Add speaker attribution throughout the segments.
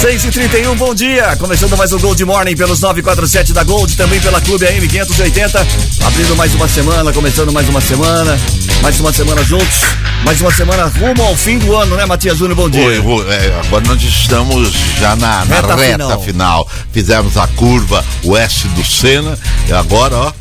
Speaker 1: Seis e trinta e um, bom dia! Começando mais um Gold Morning pelos 947 da Gold, também pela Clube AM580. Abrindo mais uma semana, começando mais uma semana, mais uma semana juntos, mais uma semana rumo ao fim do ano, né, Matias Júnior? Bom dia!
Speaker 2: Oi, Ru- é, agora nós estamos já na, na
Speaker 1: Reta
Speaker 2: reta,
Speaker 1: final.
Speaker 2: final. Fizemos a curva oeste do Sena e agora, ó,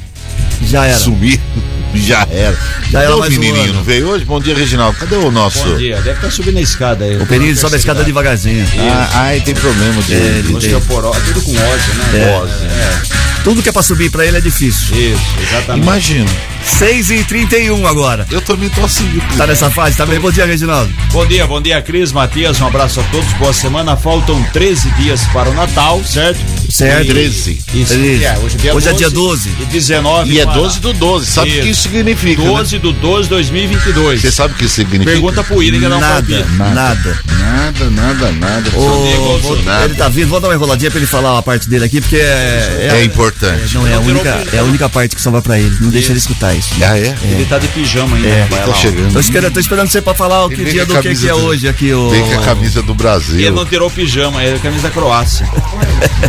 Speaker 1: Já era.
Speaker 2: subir. Já era.
Speaker 1: Já era
Speaker 2: Cadê o
Speaker 1: mais um
Speaker 2: menininho,
Speaker 1: ano.
Speaker 2: não veio hoje? Bom dia, Reginaldo. Cadê o nosso?
Speaker 3: Bom dia, deve estar subindo a escada aí.
Speaker 1: O Perini sobe a escada devagarzinho.
Speaker 2: Ah, ai, tem problema de.
Speaker 1: É, ele
Speaker 2: de-
Speaker 1: tem.
Speaker 3: Osteoporó, tudo com ódio,
Speaker 1: É.
Speaker 3: né?
Speaker 1: Tudo que é pra subir pra ele é difícil.
Speaker 3: Isso, exatamente.
Speaker 2: Imagina,
Speaker 1: Seis e trinta e um agora.
Speaker 2: eu também tô assim. viu?
Speaker 1: Tá nessa fase também? Bom dia, Reginaldo.
Speaker 3: Bom dia, bom dia, Cris, Matias, um abraço a todos, boa semana. Faltam 13 dias para o Natal, certo?
Speaker 1: Certo.
Speaker 2: 13.
Speaker 3: Isso.
Speaker 1: Treze. Hoje é dia 12.
Speaker 3: E 19.
Speaker 2: E é
Speaker 3: para-
Speaker 2: 12 do 12. Sabe o que isso significa? né?
Speaker 3: 12 do 12 de 2022.
Speaker 2: Você sabe o que isso significa?
Speaker 3: Pergunta pro Ira que dá um
Speaker 1: Nada,
Speaker 3: palpite.
Speaker 1: nada.
Speaker 2: Nada, nada, nada.
Speaker 1: Ô, vou-
Speaker 2: nada.
Speaker 1: ele tá vindo, vou dar uma enroladinha pra ele falar a parte dele aqui, porque é.
Speaker 2: É importante.
Speaker 1: Não, é a, única, é a única parte que só vai pra ele. Não deixa ele escutar isso.
Speaker 2: Ah, é?
Speaker 3: Ele tá de pijama ainda.
Speaker 1: É.
Speaker 3: vai
Speaker 2: Tá
Speaker 3: lá, ó.
Speaker 2: chegando.
Speaker 1: Tô esperando, tô esperando você pra falar o que
Speaker 2: Ele vem
Speaker 1: dia
Speaker 2: com
Speaker 1: do
Speaker 2: a
Speaker 1: que, que é
Speaker 2: camisa do-
Speaker 1: hoje aqui, o.
Speaker 2: Vem com a camisa do
Speaker 3: Ele
Speaker 2: Brasil,
Speaker 3: não tirou o pijama, é a camisa da Croácia.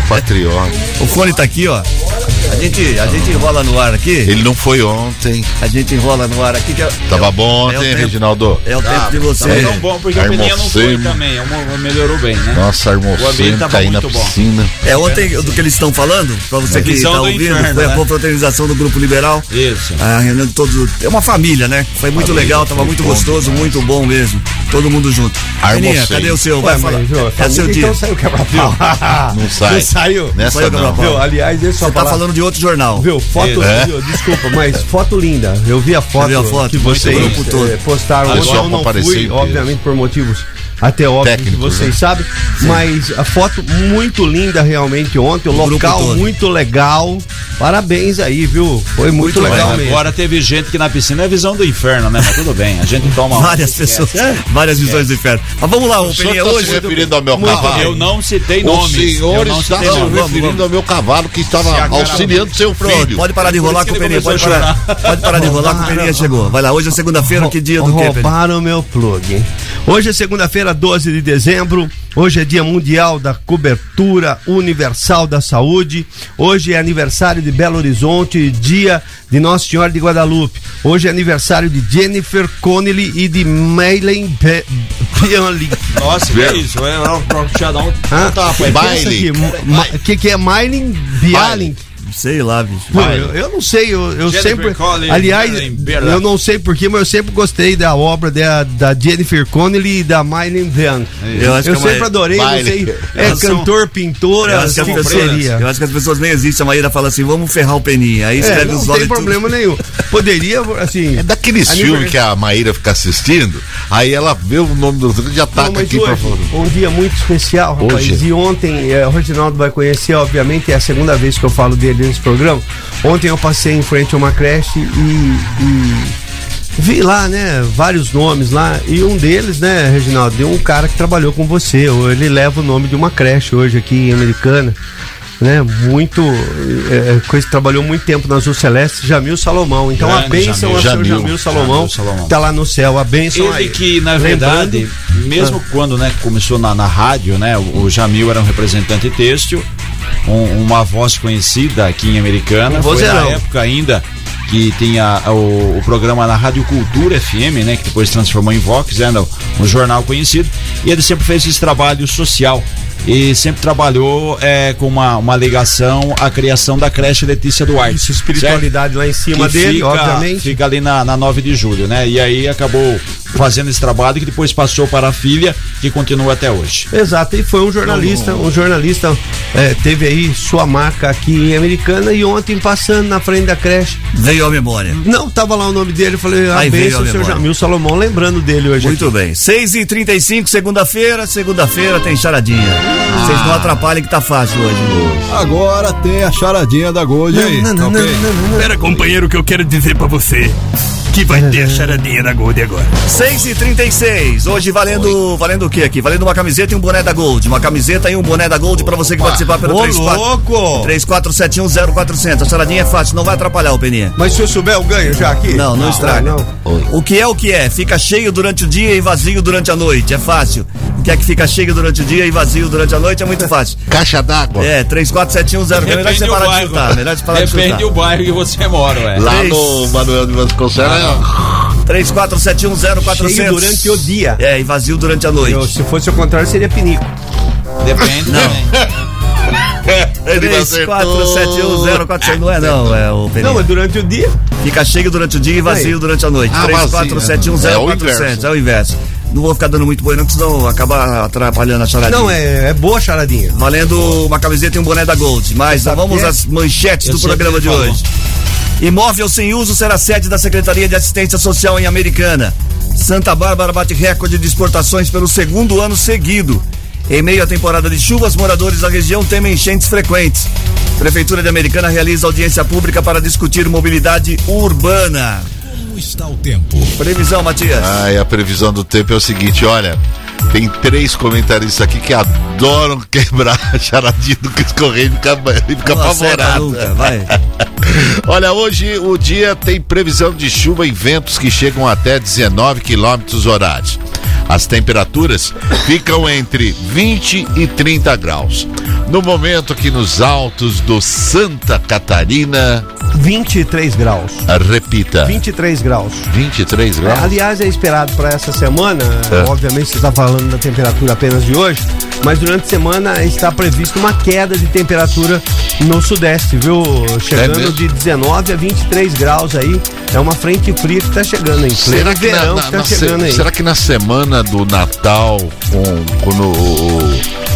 Speaker 2: patriota.
Speaker 1: O fone tá aqui, ó. A gente, a gente enrola no ar aqui.
Speaker 2: Ele não foi ontem.
Speaker 1: A gente enrola no ar aqui que é,
Speaker 2: Tava Tá bom Ah,
Speaker 1: é o
Speaker 2: ontem,
Speaker 1: tempo.
Speaker 2: Reginaldo.
Speaker 1: é o tempo de
Speaker 3: Tá
Speaker 1: você.
Speaker 3: tão bom porque a menina não foi
Speaker 2: Hermocene.
Speaker 3: também. é uma- Melhorou bem, né?
Speaker 2: Nossa,
Speaker 3: O ambiente
Speaker 2: Armoceno
Speaker 3: tava
Speaker 2: tá aí na
Speaker 3: muito bom.
Speaker 2: piscina.
Speaker 1: É ontem do que eles estão falando, pra você que
Speaker 3: Visão
Speaker 1: tá
Speaker 3: do
Speaker 1: ouvindo,
Speaker 3: inferno,
Speaker 1: foi a
Speaker 3: né?
Speaker 1: confraternização do Grupo Liberal.
Speaker 3: Isso.
Speaker 1: A reunião de todos. É uma família, né? Foi muito
Speaker 2: Família,
Speaker 1: legal, tava
Speaker 2: foi
Speaker 1: muito
Speaker 2: bom
Speaker 1: gostoso,
Speaker 2: demais.
Speaker 1: muito bom mesmo. Todo mundo junto.
Speaker 2: Armou
Speaker 1: Aninha,
Speaker 2: seis.
Speaker 1: cadê o seu? Vai falar. É
Speaker 4: Então
Speaker 1: seu dia.
Speaker 3: então
Speaker 1: Ah,
Speaker 3: saiu o quebra-pau.
Speaker 2: Não sai.
Speaker 3: Não saiu.
Speaker 2: Nessa
Speaker 1: Saiu,
Speaker 2: não.
Speaker 1: Gabriel.
Speaker 4: Viu, aliás, deixa eu
Speaker 1: Você
Speaker 4: só
Speaker 1: tá
Speaker 4: falar.
Speaker 1: falando de outro jornal.
Speaker 4: Viu, foto,
Speaker 2: É.
Speaker 4: viu, desculpa, mas foto linda. Eu vi a foto,
Speaker 1: viu a foto?
Speaker 4: que
Speaker 1: Muito
Speaker 4: vocês
Speaker 1: bom. Grupo todo.
Speaker 4: eh, postaram.
Speaker 2: Olha
Speaker 4: Ontem
Speaker 2: só
Speaker 4: eu
Speaker 2: como
Speaker 4: não
Speaker 2: apareceu
Speaker 4: fui,
Speaker 2: isso.
Speaker 4: obviamente, por motivos até óbvios que
Speaker 2: Técnicos,
Speaker 4: vocês
Speaker 2: né?
Speaker 4: sabem. Mas a foto muito linda realmente ontem, o,
Speaker 1: grupo
Speaker 4: local
Speaker 1: todo.
Speaker 4: muito legal. Parabéns aí, viu? Foi muito, legal
Speaker 3: Mas
Speaker 4: mesmo.
Speaker 3: Agora teve gente que na piscina é visão do inferno, né? Mas tudo bem, a gente toma.
Speaker 1: Várias pessoas, várias visões do inferno. Mas vamos lá, o
Speaker 2: O senhor
Speaker 1: Peninha
Speaker 2: tá se
Speaker 1: hoje.
Speaker 2: referindo ao meu cavalo.
Speaker 3: Eu não citei
Speaker 2: O
Speaker 3: nomes.
Speaker 2: senhor
Speaker 3: eu não
Speaker 2: está
Speaker 3: citei
Speaker 2: se
Speaker 3: nomes.
Speaker 1: vamos,
Speaker 2: referindo
Speaker 1: vamos.
Speaker 2: ao meu cavalo que estava auxiliando seu
Speaker 1: Pronto,
Speaker 2: filho.
Speaker 1: pode parar de enrolar
Speaker 3: que
Speaker 1: com o
Speaker 3: ele
Speaker 1: Peninha. Pode
Speaker 3: começou a
Speaker 1: parar, pode parar de enrolar que o Peninha chegou. Vai lá, hoje é segunda-feira, que dia do que, Peninha?
Speaker 4: Roubaram meu plug. Hoje é segunda-feira, 12 de dezembro. Hoje é dia mundial da cobertura universal da saúde. Hoje é aniversário de Belo Horizonte, dia de Nossa Senhora de Guadalupe. Hoje é aniversário de Jennifer Connelly e de Maylen Be- Bialik.
Speaker 3: Nossa, que isso? Eu era um um
Speaker 4: Hã?
Speaker 3: tapa
Speaker 4: Pensa
Speaker 3: aí.
Speaker 2: Baile.
Speaker 4: aqui, Ma- que que é Maylen Bialik?
Speaker 1: Sei lá, bicho.
Speaker 4: Pô, eu, eu não sei, eu, eu
Speaker 3: Jennifer
Speaker 4: sempre.
Speaker 3: Connelly,
Speaker 4: aliás,
Speaker 3: Marilyn Berla.
Speaker 4: eu não sei porquê, mas eu sempre gostei da obra da, da Jennifer Connelly e da Marilyn Van.
Speaker 1: Eu
Speaker 4: Eu,
Speaker 1: acho que é uma-
Speaker 4: sempre adorei, não
Speaker 2: Marilyn.
Speaker 4: sei. É
Speaker 1: Elas são-
Speaker 4: cantor, pintora,
Speaker 1: Eu acho, que
Speaker 4: o
Speaker 1: as
Speaker 4: que
Speaker 1: pessoas,
Speaker 4: seria?
Speaker 1: eu acho que as pessoas nem existem. A Maíra fala assim: vamos ferrar o Peninha. Aí
Speaker 4: É,
Speaker 1: escreve
Speaker 4: não
Speaker 1: os
Speaker 4: tem
Speaker 1: nomes. tudo.
Speaker 4: problema nenhum. Poderia, assim.
Speaker 2: É daqueles
Speaker 4: Aniversário-
Speaker 2: filmes que a Maíra fica assistindo, aí ela vê o nome do filme e já
Speaker 4: Não,
Speaker 2: taca
Speaker 4: mas
Speaker 2: aqui pra
Speaker 4: hoje,
Speaker 2: fora.
Speaker 4: um dia muito especial, rapaz.
Speaker 2: Hoje.
Speaker 4: E ontem, eh, o Reginaldo vai conhecer, obviamente, é a segunda vez que eu falo dele nesse programa. Ontem eu passei em frente a uma creche e, e vi lá, né, vários nomes lá. E um deles, né, Reginaldo, de um cara que trabalhou com você. Ele leva o nome de uma creche hoje aqui em Americana. Né, muito eh, coisa que trabalhou muito tempo na Azul Celeste, Jamil Salomão. Então a
Speaker 3: Grande
Speaker 4: bênção
Speaker 3: Jamil.
Speaker 4: ao seu
Speaker 2: Jamil.
Speaker 4: Jamil Salomão,
Speaker 3: Jamil Salomão.
Speaker 4: tá lá no céu. A bênção
Speaker 3: Ele
Speaker 4: aí.
Speaker 3: que, na
Speaker 4: Lembrando- ah.
Speaker 3: verdade, mesmo quando né, começou na, na rádio, né, o, o Jamil era um representante têxtil, um- uma voz conhecida aqui em Americana.
Speaker 4: Um
Speaker 3: Foi na
Speaker 4: vozeirão.
Speaker 3: época ainda que tem a- a- o, o programa na Rádio Cultura FM, né? Que depois se transformou em Vox, é, no- um jornal conhecido. E ele sempre fez esse trabalho social e sempre trabalhou é, com uma, uma ligação à criação da creche Letícia Duarte.
Speaker 1: Isso, espiritualidade lá em cima
Speaker 3: Que
Speaker 1: dele,
Speaker 3: fica,
Speaker 1: obviamente.
Speaker 3: Fica ali na, na 9 de julho, né? E aí acabou fazendo esse trabalho que depois passou para a filha, que continua até hoje.
Speaker 1: Exato, e foi um jornalista, um jornalista é, teve aí sua marca aqui em Americana e ontem passando na frente da creche.
Speaker 4: Veio à memória.
Speaker 1: Não, tava lá o nome dele, eu falei, ah,
Speaker 4: Aí veio
Speaker 1: benção,
Speaker 4: a
Speaker 1: seu
Speaker 4: memória.
Speaker 1: Jamil Salomão, lembrando dele hoje.
Speaker 4: Muito bem. 6h35, segunda-feira. Segunda-feira tem charadinha. Vocês não atrapalhem que tá fácil hoje.
Speaker 5: Agora tem a charadinha da Gold aí. tá
Speaker 1: Não, não, não,
Speaker 5: ok?
Speaker 1: não, não, não.
Speaker 6: Pera, companheiro, que eu quero dizer pra você que vai ter a charadinha da Gold agora.
Speaker 4: 6h36, hoje valendo, valendo o que aqui? Valendo uma camiseta e um boné da Gold. Uma camiseta e um boné da Gold pra você que participar pelo
Speaker 5: Ô,
Speaker 4: 34
Speaker 5: louco!
Speaker 4: 34710400. A charadinha é fácil, não vai atrapalhar o Peninha.
Speaker 1: Mas se eu souber, eu ganho já aqui?
Speaker 4: Não, não estraga.
Speaker 1: Ah,
Speaker 4: O que é o que é? Fica cheio durante o dia e vazio durante a noite. É fácil. O que é que fica cheio durante o dia e vazio durante a noite é muito fácil.
Speaker 2: Caixa d'água.
Speaker 4: É, 34710400. Melhor você parar de chutar. Melhor você parar de chutar.
Speaker 3: Depende do bairro que você mora, ué.
Speaker 2: Lá
Speaker 4: três.
Speaker 2: no Manuel de Vasconcelos. é-
Speaker 4: 34710400.
Speaker 1: Cheio durante o dia.
Speaker 4: É, e vazio durante a noite.
Speaker 1: Eu, se fosse o contrário, seria pinico.
Speaker 3: Depende. Não.
Speaker 2: Ele me
Speaker 4: 34710400. Não é, não, é o
Speaker 1: Não,
Speaker 4: Peninha.
Speaker 1: mas durante o dia.
Speaker 4: Fica cheio durante o dia e vazio
Speaker 1: Aí.
Speaker 4: durante a noite.
Speaker 2: Ah, vazio.
Speaker 4: 34710400. É o inverso. Não vou ficar dando muito boi, não, que senão acaba atrapalhando a charadinha.
Speaker 1: Não, é, é boa a charadinha.
Speaker 4: Valendo uma camiseta e um boné da Gold. Mas
Speaker 1: Sabe
Speaker 4: vamos
Speaker 1: que é?
Speaker 4: às manchetes
Speaker 3: Eu
Speaker 4: do
Speaker 3: sei
Speaker 4: programa
Speaker 3: que
Speaker 4: de
Speaker 3: ele
Speaker 4: hoje. Imóvel sem uso será sede da Secretaria de Assistência Social em Americana. Santa Bárbara bate recorde de exportações pelo segundo ano seguido. Em meio à temporada de chuvas, moradores da região temem enchentes frequentes. Prefeitura de Americana realiza audiência pública para discutir mobilidade urbana.
Speaker 7: Como está o tempo?
Speaker 4: Previsão, Matias.
Speaker 2: Ah, e a previsão do tempo é o seguinte, olha. Tem três comentaristas aqui que adoram quebrar a charadinha do Cris Correia e fica, e fica
Speaker 4: Não acerta
Speaker 2: apavorado.
Speaker 4: nunca, vai.
Speaker 2: Olha, hoje o dia tem previsão de chuva e ventos que chegam até 19 quilômetros horários. As temperaturas ficam entre 20 e 30 graus. No momento aqui nos altos do Santa Catarina,
Speaker 1: 23 graus.
Speaker 2: repita,
Speaker 1: 23 graus.
Speaker 2: 23
Speaker 1: É,
Speaker 2: graus.
Speaker 1: aliás, é esperado para essa semana.
Speaker 2: É.
Speaker 1: Obviamente, você está falando da temperatura apenas de hoje, mas durante a semana está previsto uma queda de temperatura no sudeste, viu? Chegando
Speaker 2: mesmo?
Speaker 1: de 19 a 23 graus aí. É uma frente fria que está chegando em pleno
Speaker 2: Será que, na,
Speaker 1: verão
Speaker 2: na-
Speaker 1: que tá
Speaker 2: na se-
Speaker 1: chegando aí.
Speaker 2: será que na semana do Natal, com, com no- o,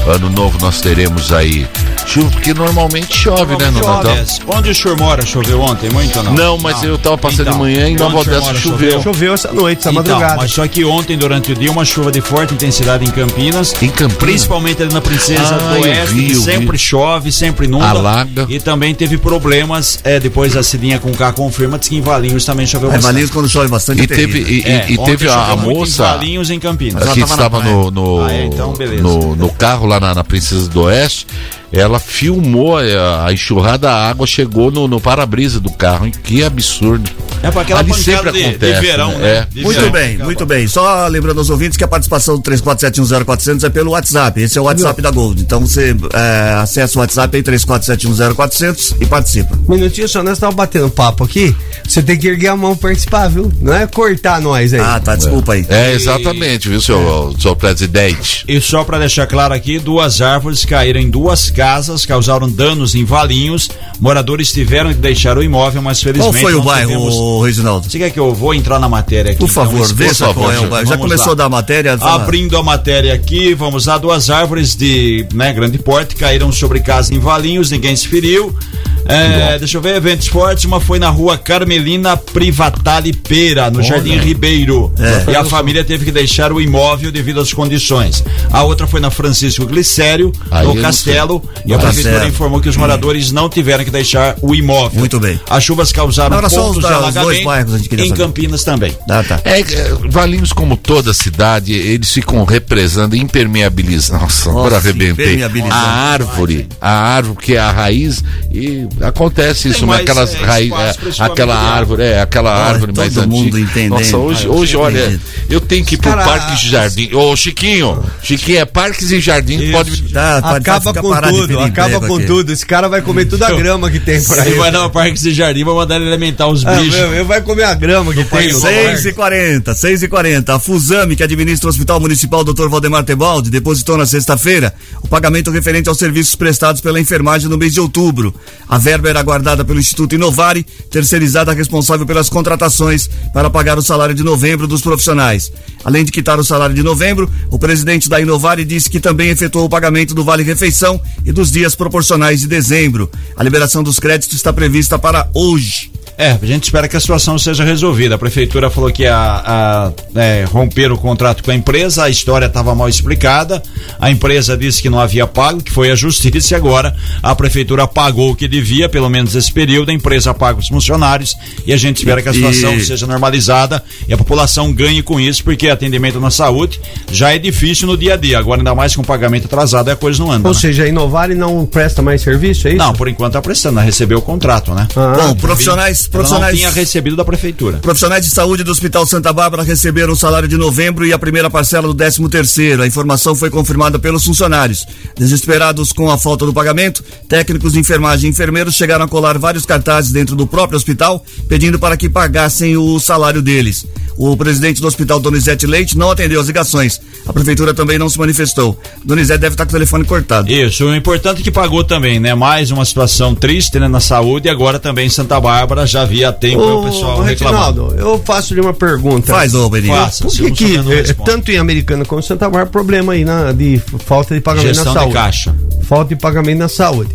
Speaker 2: o Ano Novo, nós teremos aí chuva? Porque normalmente chove, né, no Natal?
Speaker 3: é. Onde o senhor mora? Choveu ontem muito ou não? Então,
Speaker 2: Não, mas eu tava passando de manhã e
Speaker 3: onde
Speaker 2: Nova
Speaker 3: o senhor
Speaker 2: Odessa
Speaker 3: mora?
Speaker 2: choveu.
Speaker 1: Choveu essa noite, essa
Speaker 3: Então,
Speaker 1: madrugada.
Speaker 3: mas só que ontem, durante o dia, uma chuva de forte intensidade em Campinas.
Speaker 2: Em Campinas?
Speaker 3: Principalmente ali na Princesa
Speaker 2: Ah,
Speaker 3: do
Speaker 2: eu
Speaker 3: Oeste,
Speaker 2: vi,
Speaker 3: que
Speaker 2: eu
Speaker 3: sempre
Speaker 2: vi.
Speaker 3: chove, sempre inunda.
Speaker 2: Alaga.
Speaker 3: E também teve problemas, é, depois a Cidinha com K confirma, diz que em Valinhos também choveu
Speaker 4: É,
Speaker 3: bastante.
Speaker 4: Valinhos quando chove bastante é
Speaker 2: E teve,
Speaker 4: terrível.
Speaker 2: e, e-
Speaker 3: É,
Speaker 2: e
Speaker 3: ontem
Speaker 2: teve a,
Speaker 3: choveu
Speaker 2: a
Speaker 3: muito Em
Speaker 2: moça
Speaker 3: Valinhos, em Campinas.
Speaker 2: que estava no, no,
Speaker 3: Ah, é, então beleza.
Speaker 2: no, no carro lá na, na Princesa do Oeste. Ela filmou é, a, a enxurrada, a água chegou no, no para-brisa do carro. hein? Que absurdo.
Speaker 3: É pra aquela
Speaker 2: Ali
Speaker 3: pancada
Speaker 2: sempre
Speaker 3: de, de
Speaker 2: acontece,
Speaker 3: verão,
Speaker 2: né?
Speaker 3: né?
Speaker 2: É.
Speaker 3: De
Speaker 4: Muito
Speaker 3: verão.
Speaker 4: bem, muito bem. Só lembrando aos ouvintes que a participação do 34710400 é pelo WhatsApp. Esse é o WhatsApp da Gold. Então você é, acessa o WhatsApp aí, 34710400 e participa.
Speaker 1: Um Minutinho só, nós estávamos batendo papo aqui. Você tem que erguer a mão para participar, viu? Não é cortar nós aí.
Speaker 4: Ah, tá, desculpa aí.
Speaker 2: É, exatamente, viu, seu, seu presidente?
Speaker 3: E só para deixar claro aqui, duas árvores caíram em duas casas, causaram danos em valinhos. Moradores tiveram que deixar o imóvel, mas
Speaker 4: Qual
Speaker 3: felizmente.
Speaker 4: foi o
Speaker 3: não
Speaker 4: bairro,
Speaker 3: tivemos-
Speaker 4: ô, Reginaldo?
Speaker 3: Você quer que eu vou entrar na matéria aqui?
Speaker 4: Por
Speaker 3: então,
Speaker 4: favor,
Speaker 3: esse-
Speaker 4: veja
Speaker 2: por
Speaker 4: qual
Speaker 2: favor,
Speaker 4: é o bairro. Já
Speaker 3: vamos
Speaker 4: começou
Speaker 3: lá.
Speaker 4: a dar a matéria? fala.
Speaker 3: Abrindo a matéria aqui, vamos lá. Duas árvores de né, grande porte caíram sobre casa em Valinhos, ninguém se feriu. É, deixa eu ver, eventos fortes. Uma foi na rua Carmelina Privatali Pera, no Jardim Ribeiro.
Speaker 4: É.
Speaker 3: E a família teve que deixar o imóvel devido às condições. A outra foi na Francisco Glicério,
Speaker 2: Aí eu
Speaker 3: no
Speaker 2: não
Speaker 3: Castelo. E a
Speaker 4: Tá
Speaker 3: prefeitura
Speaker 4: certo.
Speaker 3: informou que os moradores não tiveram que deixar o imóvel.
Speaker 4: Muito bem.
Speaker 3: As chuvas causaram
Speaker 4: Agora só os
Speaker 3: pontos de
Speaker 4: da- os dois
Speaker 3: alagamento
Speaker 4: bairros a gente queria
Speaker 3: em
Speaker 4: saber.
Speaker 3: Campinas também.
Speaker 4: Ah, tá.
Speaker 2: É, é, Valinhos, como toda cidade, eles ficam represando, impermeabilizando. Nossa, agora arrebentei.
Speaker 4: impermeabilizando.
Speaker 2: A árvore, a árvore que é a raiz, e Acontece isso
Speaker 4: mais,
Speaker 2: naquelas
Speaker 4: é,
Speaker 2: raiz,
Speaker 4: espaço
Speaker 2: é,
Speaker 4: pra esse
Speaker 2: aquela
Speaker 4: familiar.
Speaker 2: árvore, é, aquela
Speaker 4: Olha,
Speaker 2: árvore mais
Speaker 4: todo mundo
Speaker 2: antiga.
Speaker 4: entendendo. Ah,
Speaker 2: Nossa, hoje,
Speaker 4: Olha,
Speaker 2: hoje
Speaker 4: todo mundo
Speaker 2: olha,
Speaker 4: entendendo.
Speaker 2: eu tenho que ir pro
Speaker 4: Cara,
Speaker 2: parques e jardins. Ô, Chiquinho, Chiquinho é parques e jardins, pode
Speaker 1: acaba com tudo,
Speaker 4: né,
Speaker 1: acaba com tudo. Esse cara vai comer toda a grama que tem por aí.
Speaker 3: Ele vai dar um parque de jardim, vai mandar ele alimentar os
Speaker 4: É,
Speaker 1: Ah,
Speaker 3: bichos.
Speaker 1: meu, ele vai comer a grama que tem.
Speaker 4: 6 e 40 6 e 40 A Fusame, que administra o Hospital Municipal Dr. Valdemar Tebaldi, depositou na sexta-feira o pagamento referente aos serviços prestados pela enfermagem no mês de outubro. A verba era guardada pelo Instituto Inovare, terceirizada responsável pelas contratações para pagar o salário de novembro dos profissionais. Além de quitar o salário de novembro, o presidente da Inovare disse que também efetuou o pagamento do Vale Refeição e dos dias proporcionais de dezembro. A liberação dos créditos está prevista para hoje.
Speaker 3: É, a gente espera que a situação seja resolvida. A prefeitura falou que a, a, é, romper o contrato com a empresa, a história estava mal explicada. A empresa disse que não havia pago, que foi a justiça, e agora a prefeitura pagou o que devia, pelo menos esse período, a empresa paga os funcionários e a gente espera que a situação
Speaker 4: E-
Speaker 3: seja normalizada e a população ganhe com isso, porque atendimento na saúde já é difícil no dia a dia. Agora, ainda mais com pagamento atrasado, a coisa não anda.
Speaker 1: Ou
Speaker 3: né?
Speaker 1: seja, a Inovare não presta mais serviço, é isso?
Speaker 3: Não, por enquanto tá está prestando, ela recebeu o contrato, né?
Speaker 4: Bom, profissionais-
Speaker 3: Ela
Speaker 4: profissionais-
Speaker 3: Não tinha recebido da prefeitura.
Speaker 4: Profissionais de saúde do Hospital Santa Bárbara receberam o salário de novembro e a primeira parcela do 13 terceiro. A informação foi confirmada pelos funcionários. Desesperados com a falta do pagamento, técnicos de enfermagem e enfermeiros chegaram a colar vários cartazes dentro do próprio hospital, pedindo para que pagassem o salário deles. O presidente do hospital, Donizete Leite, não atendeu as ligações. A prefeitura também não se manifestou. Donizete deve estar com o telefone cortado.
Speaker 3: Isso, o importante é que pagou também, né? Mais uma situação triste né, na saúde e agora também em Santa Bárbara já havia tempo
Speaker 1: Ô,
Speaker 3: o pessoal reclamando.
Speaker 1: Reginaldo, eu faço de uma pergunta.
Speaker 4: Faz, ô, Benito.
Speaker 3: Faça,
Speaker 1: Por
Speaker 3: se
Speaker 1: que,
Speaker 3: não
Speaker 1: que
Speaker 3: souber, não
Speaker 1: eh,
Speaker 3: responde.
Speaker 1: tanto em Americana como em Santa Bárbara, problema aí na, de f- falta de pagamento na
Speaker 3: Gestão de
Speaker 1: saúde?
Speaker 3: caixa.
Speaker 1: Falta de pagamento na saúde.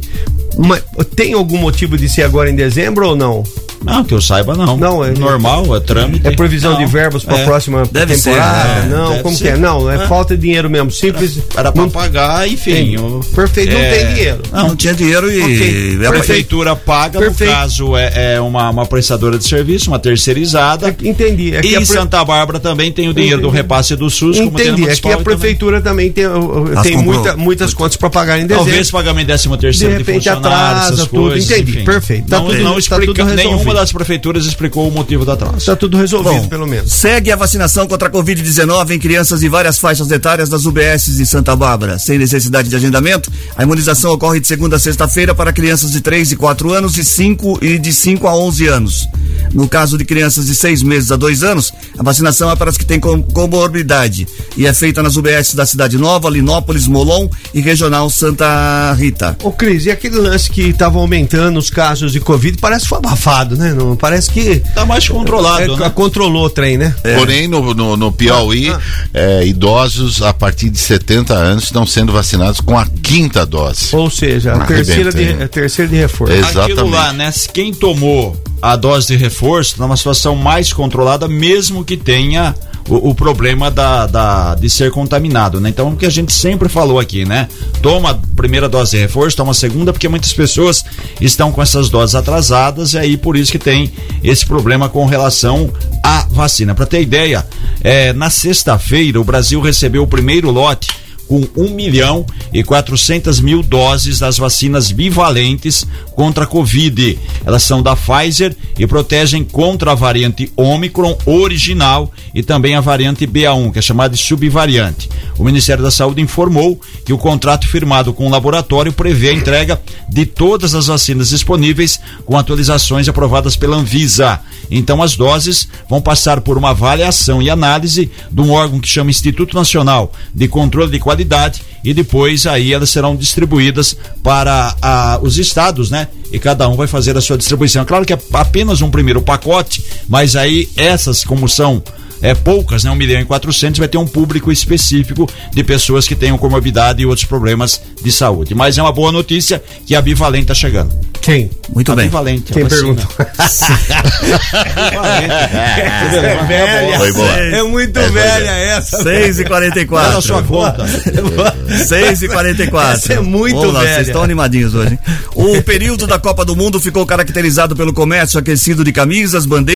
Speaker 1: Mas tem algum motivo de ser agora em dezembro ou não?
Speaker 3: Não, que eu saiba não.
Speaker 1: Não, é-
Speaker 3: normal, é trâmite.
Speaker 1: É provisão
Speaker 3: Não,
Speaker 1: de verbas para a
Speaker 3: é.
Speaker 1: próxima
Speaker 4: Deve ser,
Speaker 1: temporada?
Speaker 3: né?
Speaker 1: Não,
Speaker 3: Deve
Speaker 1: como
Speaker 3: ser.
Speaker 1: que é? Não, é,
Speaker 3: É.
Speaker 1: falta de dinheiro mesmo, simples.
Speaker 3: Era para
Speaker 1: Não-
Speaker 3: pagar, enfim.
Speaker 1: Tem.
Speaker 3: o-
Speaker 1: Perfeito, não
Speaker 3: é,
Speaker 1: tem dinheiro.
Speaker 4: Não, tinha dinheiro e...
Speaker 1: Ok.
Speaker 4: é-
Speaker 3: A prefeitura paga,
Speaker 1: Tá, Perfeito.
Speaker 3: no caso é, é uma, uma prestadora de serviço, uma terceirizada.
Speaker 1: É, entendi. É que
Speaker 3: e
Speaker 1: a
Speaker 3: em
Speaker 1: pre-
Speaker 3: Santa Bárbara também tem o dinheiro do
Speaker 1: Entendi.
Speaker 3: repasse do SUS, como tem
Speaker 1: Entendi,
Speaker 3: na
Speaker 1: é que
Speaker 3: municipal
Speaker 1: a
Speaker 3: e
Speaker 1: prefeitura também, tem, eh,
Speaker 4: As
Speaker 1: tem
Speaker 4: comprou.
Speaker 1: muita- muitas contas para pagar em
Speaker 3: também-
Speaker 1: dezembro.
Speaker 3: Talvez pagamento décimo
Speaker 1: De
Speaker 3: terceiro de,
Speaker 1: repente
Speaker 3: funcionários,
Speaker 1: atrasa
Speaker 3: essas
Speaker 1: tudo,
Speaker 3: coisas,
Speaker 1: entendi,
Speaker 3: enfim.
Speaker 1: perfeito, tá
Speaker 3: Não,
Speaker 1: tudo-
Speaker 3: não
Speaker 1: tá
Speaker 3: explica,
Speaker 1: tudo resolvido.
Speaker 3: nenhuma das prefeituras explicou o motivo do atraso.
Speaker 1: Está Tá tudo resolvido,
Speaker 4: Bom,
Speaker 1: pelo menos.
Speaker 4: Segue a vacinação contra a Covid-19 em crianças de várias faixas etárias das UBSs de Santa Bárbara. Sem necessidade de agendamento, a imunização ocorre de segunda a sexta-feira para crianças de 3 e 4 anos e, 5, e de 5 a 11 anos. No caso de crianças de 6 meses a 2 anos, a vacinação é para as que têm com- comorbidade e é feita nas UBS da Cidade Nova, Linópolis, Molon e Regional Santa Rita.
Speaker 1: Ô, Cris, e aquele lance que estava aumentando os casos de Covid parece que foi abafado, né? Não, parece que.
Speaker 3: Tá mais controlado,
Speaker 1: é,
Speaker 3: né?
Speaker 1: Controlou o trem, né?
Speaker 4: É.
Speaker 2: Porém, no, no, no Piauí, é, idosos a partir de 70 anos estão sendo vacinados com a quinta dose.
Speaker 1: Ou seja, a
Speaker 2: Ah,
Speaker 1: terceira de,
Speaker 2: arrebenta, hein?
Speaker 1: a terceira de reforço.
Speaker 2: É.
Speaker 3: Aquilo
Speaker 2: Exatamente.
Speaker 3: lá, né? se Quem tomou a dose de reforço tá numa situação mais controlada, mesmo que tenha o, o problema da, da- de ser contaminado, né? Então, o que a gente sempre falou aqui, né? Toma a primeira dose de reforço, toma a segunda, porque muitas pessoas estão com essas doses atrasadas e aí por isso que tem esse problema com relação à vacina. Para ter ideia, eh, na sexta-feira o Brasil recebeu o primeiro lote com 1 milhão e 400 mil doses das vacinas bivalentes contra a Covid. Elas são da Pfizer e protegem contra a variante Ômicron original e também a variante BA1, que é chamada de subvariante. O Ministério da Saúde informou que o contrato firmado com o laboratório prevê a entrega de todas as vacinas disponíveis com atualizações aprovadas pela Anvisa. Então, as doses vão passar por uma avaliação e análise de um órgão que chama Instituto Nacional de Controle de Qualidade e depois aí elas serão distribuídas para ah, os estados, né? E cada um vai fazer a sua distribuição. Claro que é apenas um primeiro pacote, mas aí essas, como são é, poucas, né? 1 milhão e 400, vai ter um público específico de pessoas que tenham comorbidade e outros problemas de saúde. Mas é uma boa notícia que a Bivalente está chegando.
Speaker 1: Quem?
Speaker 4: Muito
Speaker 3: a
Speaker 4: bem.
Speaker 3: Bivalente. a
Speaker 1: Quem
Speaker 4: Assim,
Speaker 3: vacina.
Speaker 1: perguntou?
Speaker 3: Bivalente.
Speaker 2: Foi boa.
Speaker 1: É muito
Speaker 2: É,
Speaker 1: velha essa.
Speaker 4: 6 e 44
Speaker 3: Tá na sua conta.
Speaker 4: 6 e 44
Speaker 1: Essa é muito
Speaker 4: Vamos lá,
Speaker 1: velha.
Speaker 4: Vocês estão animadinhos hoje. hein? O período da Copa do Mundo ficou caracterizado pelo comércio aquecido de camisas, bandeiras.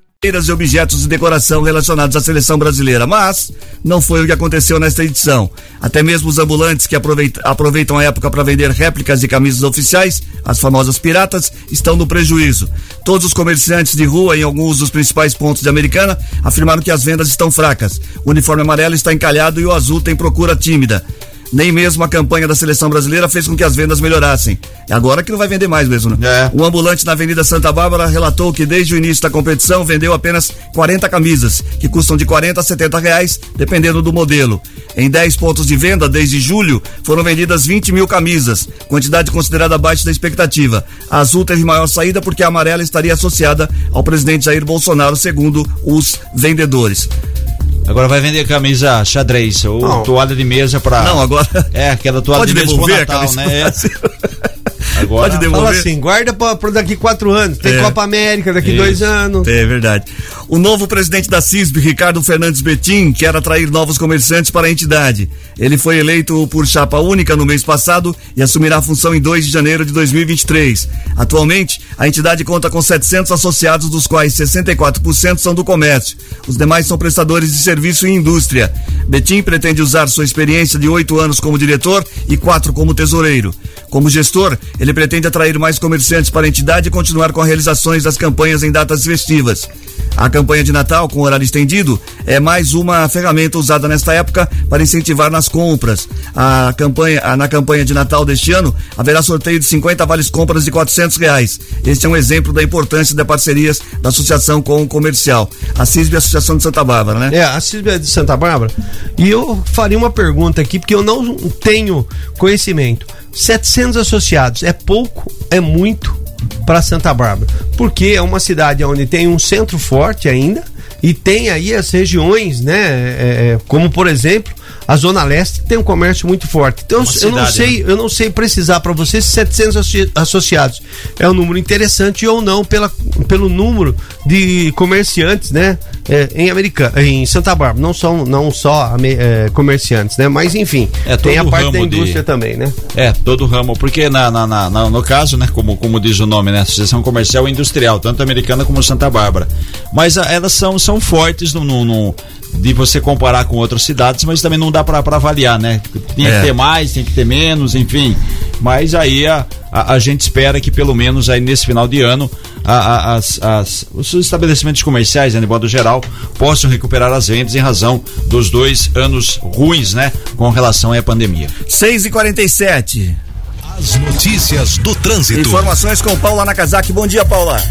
Speaker 3: Cadeiras e objetos de decoração relacionados à seleção brasileira, mas não foi o que aconteceu nesta edição. Até mesmo os ambulantes que aproveita- aproveitam a época para vender réplicas de camisas oficiais, as famosas piratas, estão no prejuízo. Todos os comerciantes de rua em alguns dos principais pontos de Americana afirmaram que as vendas estão fracas. O uniforme amarelo está encalhado e o azul tem procura tímida. Nem mesmo a campanha da seleção brasileira fez com que as vendas melhorassem. É agora que não vai vender mais mesmo, né? O ambulante na Avenida Santa Bárbara relatou que desde o início da competição vendeu apenas 40 camisas, que custam de 40 a 70 reais, dependendo do modelo. Em 10 pontos de venda, desde julho, foram vendidas 20 mil camisas, quantidade considerada abaixo da expectativa. A azul teve maior saída porque a amarela estaria associada ao presidente Jair Bolsonaro, segundo os vendedores.
Speaker 8: Agora vai vender camisa xadrez ou
Speaker 3: Não.
Speaker 8: toalha de mesa pra.
Speaker 3: Não, agora.
Speaker 8: É, aquela toalha
Speaker 3: Pode
Speaker 8: de mesa pro
Speaker 3: devolver a
Speaker 8: Natal,
Speaker 3: camisa
Speaker 8: né? É.
Speaker 3: Agora- Pode devolver.
Speaker 1: Fala assim, guarda pra, pra daqui quatro anos. Tem
Speaker 3: É.
Speaker 1: Copa América daqui dois anos.
Speaker 3: É verdade. O novo presidente da CISB, Ricardo Fernandes Betim, quer atrair novos comerciantes para a entidade. Ele foi eleito por chapa única no mês passado e assumirá a função em 2 de janeiro de 2023. Atualmente, a entidade conta com 700 associados, dos quais 64% são do comércio. Os demais são prestadores de serviço e indústria. Betim pretende usar sua experiência de oito anos como diretor e quatro como tesoureiro. Como gestor, ele pretende atrair mais comerciantes para a entidade e continuar com a realizações das campanhas em datas festivas. A campanha de Natal com horário estendido é mais uma ferramenta usada nesta época para incentivar nas compras. A campanha, a- na campanha de Natal deste ano um. haverá sorteio de 50 vales compras de 400 reais. Este é um exemplo da importância das parcerias da associação com o comercial. A CISB é a Associação de Santa Bárbara, né?
Speaker 1: É, a Cisbia de Santa Bárbara. E eu faria uma pergunta aqui, porque eu não tenho conhecimento. 700 associados é pouco, é muito para Santa Bárbara. Porque é uma cidade onde tem um centro forte ainda e tem aí as regiões, né? é, é, como por exemplo a Zona Leste, que tem um comércio muito forte. Então eu,
Speaker 8: É Uma
Speaker 1: eu não
Speaker 8: cidade, né?
Speaker 1: sei, eu não sei precisar para você se 700 associ- associados é um número interessante ou não pela, pelo número de comerciantes, né? é, em America, em Santa Bárbara, não são não só ame- é, comerciantes, né? Mas enfim,
Speaker 8: É, todo
Speaker 1: tem a
Speaker 8: o
Speaker 1: parte da
Speaker 8: ramo de-
Speaker 1: indústria também, né?
Speaker 8: É, todo ramo, porque na, na- na- na- no caso, né, como, como diz o nome, né, Associação Comercial e Industrial, tanto americana como Santa Bárbara. Mas a- elas são, são fortes no, no- no- de você comparar com outras cidades, mas também não dá pra pra avaliar, né? Tem
Speaker 3: É.
Speaker 8: que ter mais, tem que ter menos, enfim. Mas aí a, a, a gente espera que pelo menos aí nesse final de ano a- a- as- as- os estabelecimentos comerciais, né, de modo geral, possam recuperar as vendas em razão dos dois anos ruins, né, com relação aí à pandemia.
Speaker 3: 6 e 47
Speaker 4: As notícias do trânsito.
Speaker 3: Informações com Paula Nakazaki. Bom dia, Paula.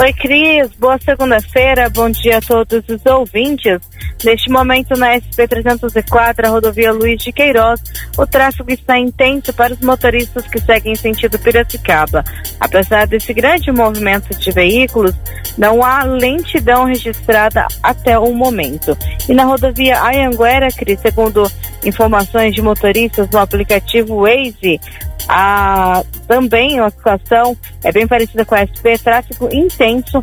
Speaker 2: Oi, Cris. Boa segunda-feira. Bom dia a todos os ouvintes. Neste momento, na SP-304, a rodovia Luiz de Queiroz, o tráfego está intenso para os motoristas que seguem em sentido Piracicaba. Apesar desse grande movimento de veículos, não há lentidão registrada até o momento. E na rodovia Ayanguera, Cris, segundo informações de motoristas no aplicativo Waze, a, também a situação é bem parecida com a SP, tráfego intenso,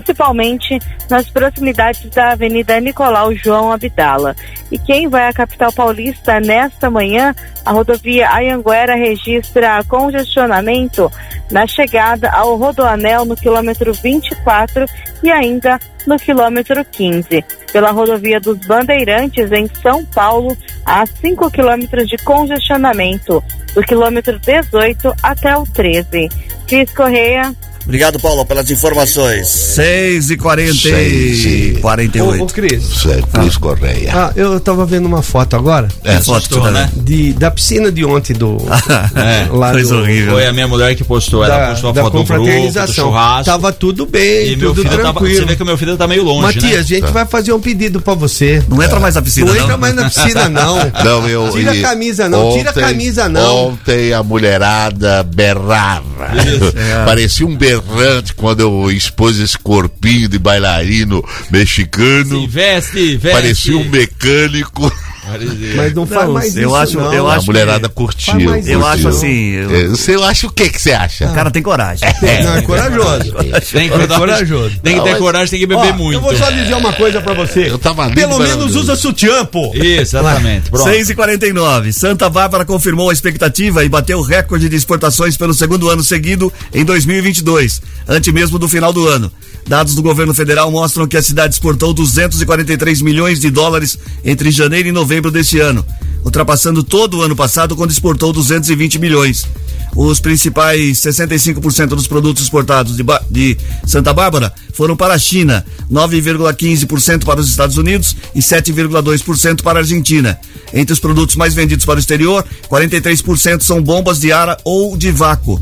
Speaker 2: principalmente nas proximidades da Avenida Nicolau João Abdala. E quem vai à capital paulista nesta manhã, a rodovia Ayanguera registra congestionamento na chegada ao Rodoanel no quilômetro 24 e ainda no quilômetro 15. Pela rodovia dos Bandeirantes, em São Paulo, há 5 quilômetros de congestionamento, do quilômetro 18 até o 13. Cris Correia,
Speaker 3: Obrigado, Paula, pelas informações. 6 e 40 e 48.
Speaker 1: Ô, ô, Cris.
Speaker 9: é Cris Correia.
Speaker 1: Ah, eu tava vendo uma foto agora.
Speaker 9: É, foto que tu tá
Speaker 1: né?
Speaker 9: vendo.
Speaker 1: De, da piscina de ontem do.
Speaker 8: É,
Speaker 1: Lá do-
Speaker 8: Foi a minha mulher que postou.
Speaker 1: da,
Speaker 8: ela postou a
Speaker 1: da
Speaker 8: foto do grupo, do
Speaker 1: confraternização.
Speaker 8: churrasco.
Speaker 1: tava tudo bem,
Speaker 8: e meu
Speaker 1: tudo
Speaker 8: filho tava,
Speaker 1: tranquilo.
Speaker 8: Você vê que o meu filho tá meio longe,
Speaker 1: Matias, a
Speaker 8: né?
Speaker 1: gente vai fazer um pedido pra você.
Speaker 4: é
Speaker 3: Não entra mais na piscina,
Speaker 1: Não
Speaker 3: não.
Speaker 1: entra mais na piscina, não.
Speaker 9: Não, eu,
Speaker 1: Tira
Speaker 9: e
Speaker 1: a camisa, não. Tira a camisa, não.
Speaker 9: Ontem a mulherada berrava. Parecia um berrante quando eu expus esse corpinho de bailarino mexicano.
Speaker 8: Se veste, veste.
Speaker 9: Parecia um mecânico.
Speaker 1: Mas não faz mais
Speaker 4: eu
Speaker 1: isso,
Speaker 4: Acho,
Speaker 1: não.
Speaker 4: Eu
Speaker 2: A
Speaker 4: acho
Speaker 2: mulherada
Speaker 4: que-
Speaker 2: curtiu,
Speaker 4: Faz mais
Speaker 2: curtiu.
Speaker 4: Eu acho assim.
Speaker 2: É, Você acha o que que você acha?
Speaker 4: O cara tem coragem.
Speaker 1: Não, é corajoso.
Speaker 3: Tem que
Speaker 1: É
Speaker 3: dar-
Speaker 1: corajoso.
Speaker 3: Tem que ter
Speaker 1: Não,
Speaker 3: coragem, tem que
Speaker 1: Ó,
Speaker 3: beber muito.
Speaker 1: Eu vou só dizer uma coisa pra você.
Speaker 2: Eu tava ali
Speaker 1: Pelo
Speaker 2: no
Speaker 1: menos
Speaker 2: Maravilhoso.
Speaker 1: usa sutiã, pô.
Speaker 3: Isso, É. exatamente. Pronto.
Speaker 4: 6h49. Santa Bárbara confirmou a expectativa e bateu o recorde de exportações pelo segundo ano seguido em 2022, antes mesmo do final do ano. Dados do governo federal mostram que a cidade exportou 243 milhões de dólares entre janeiro e novembro deste ano, ultrapassando todo o ano passado, quando exportou 220 milhões. Os principais 65% dos produtos exportados de, Ba- de Santa Bárbara foram para a China, 9,15% para os Estados Unidos e 7,2% para a Argentina. Entre os produtos mais vendidos para o exterior, 43% são bombas de ar ou de vácuo.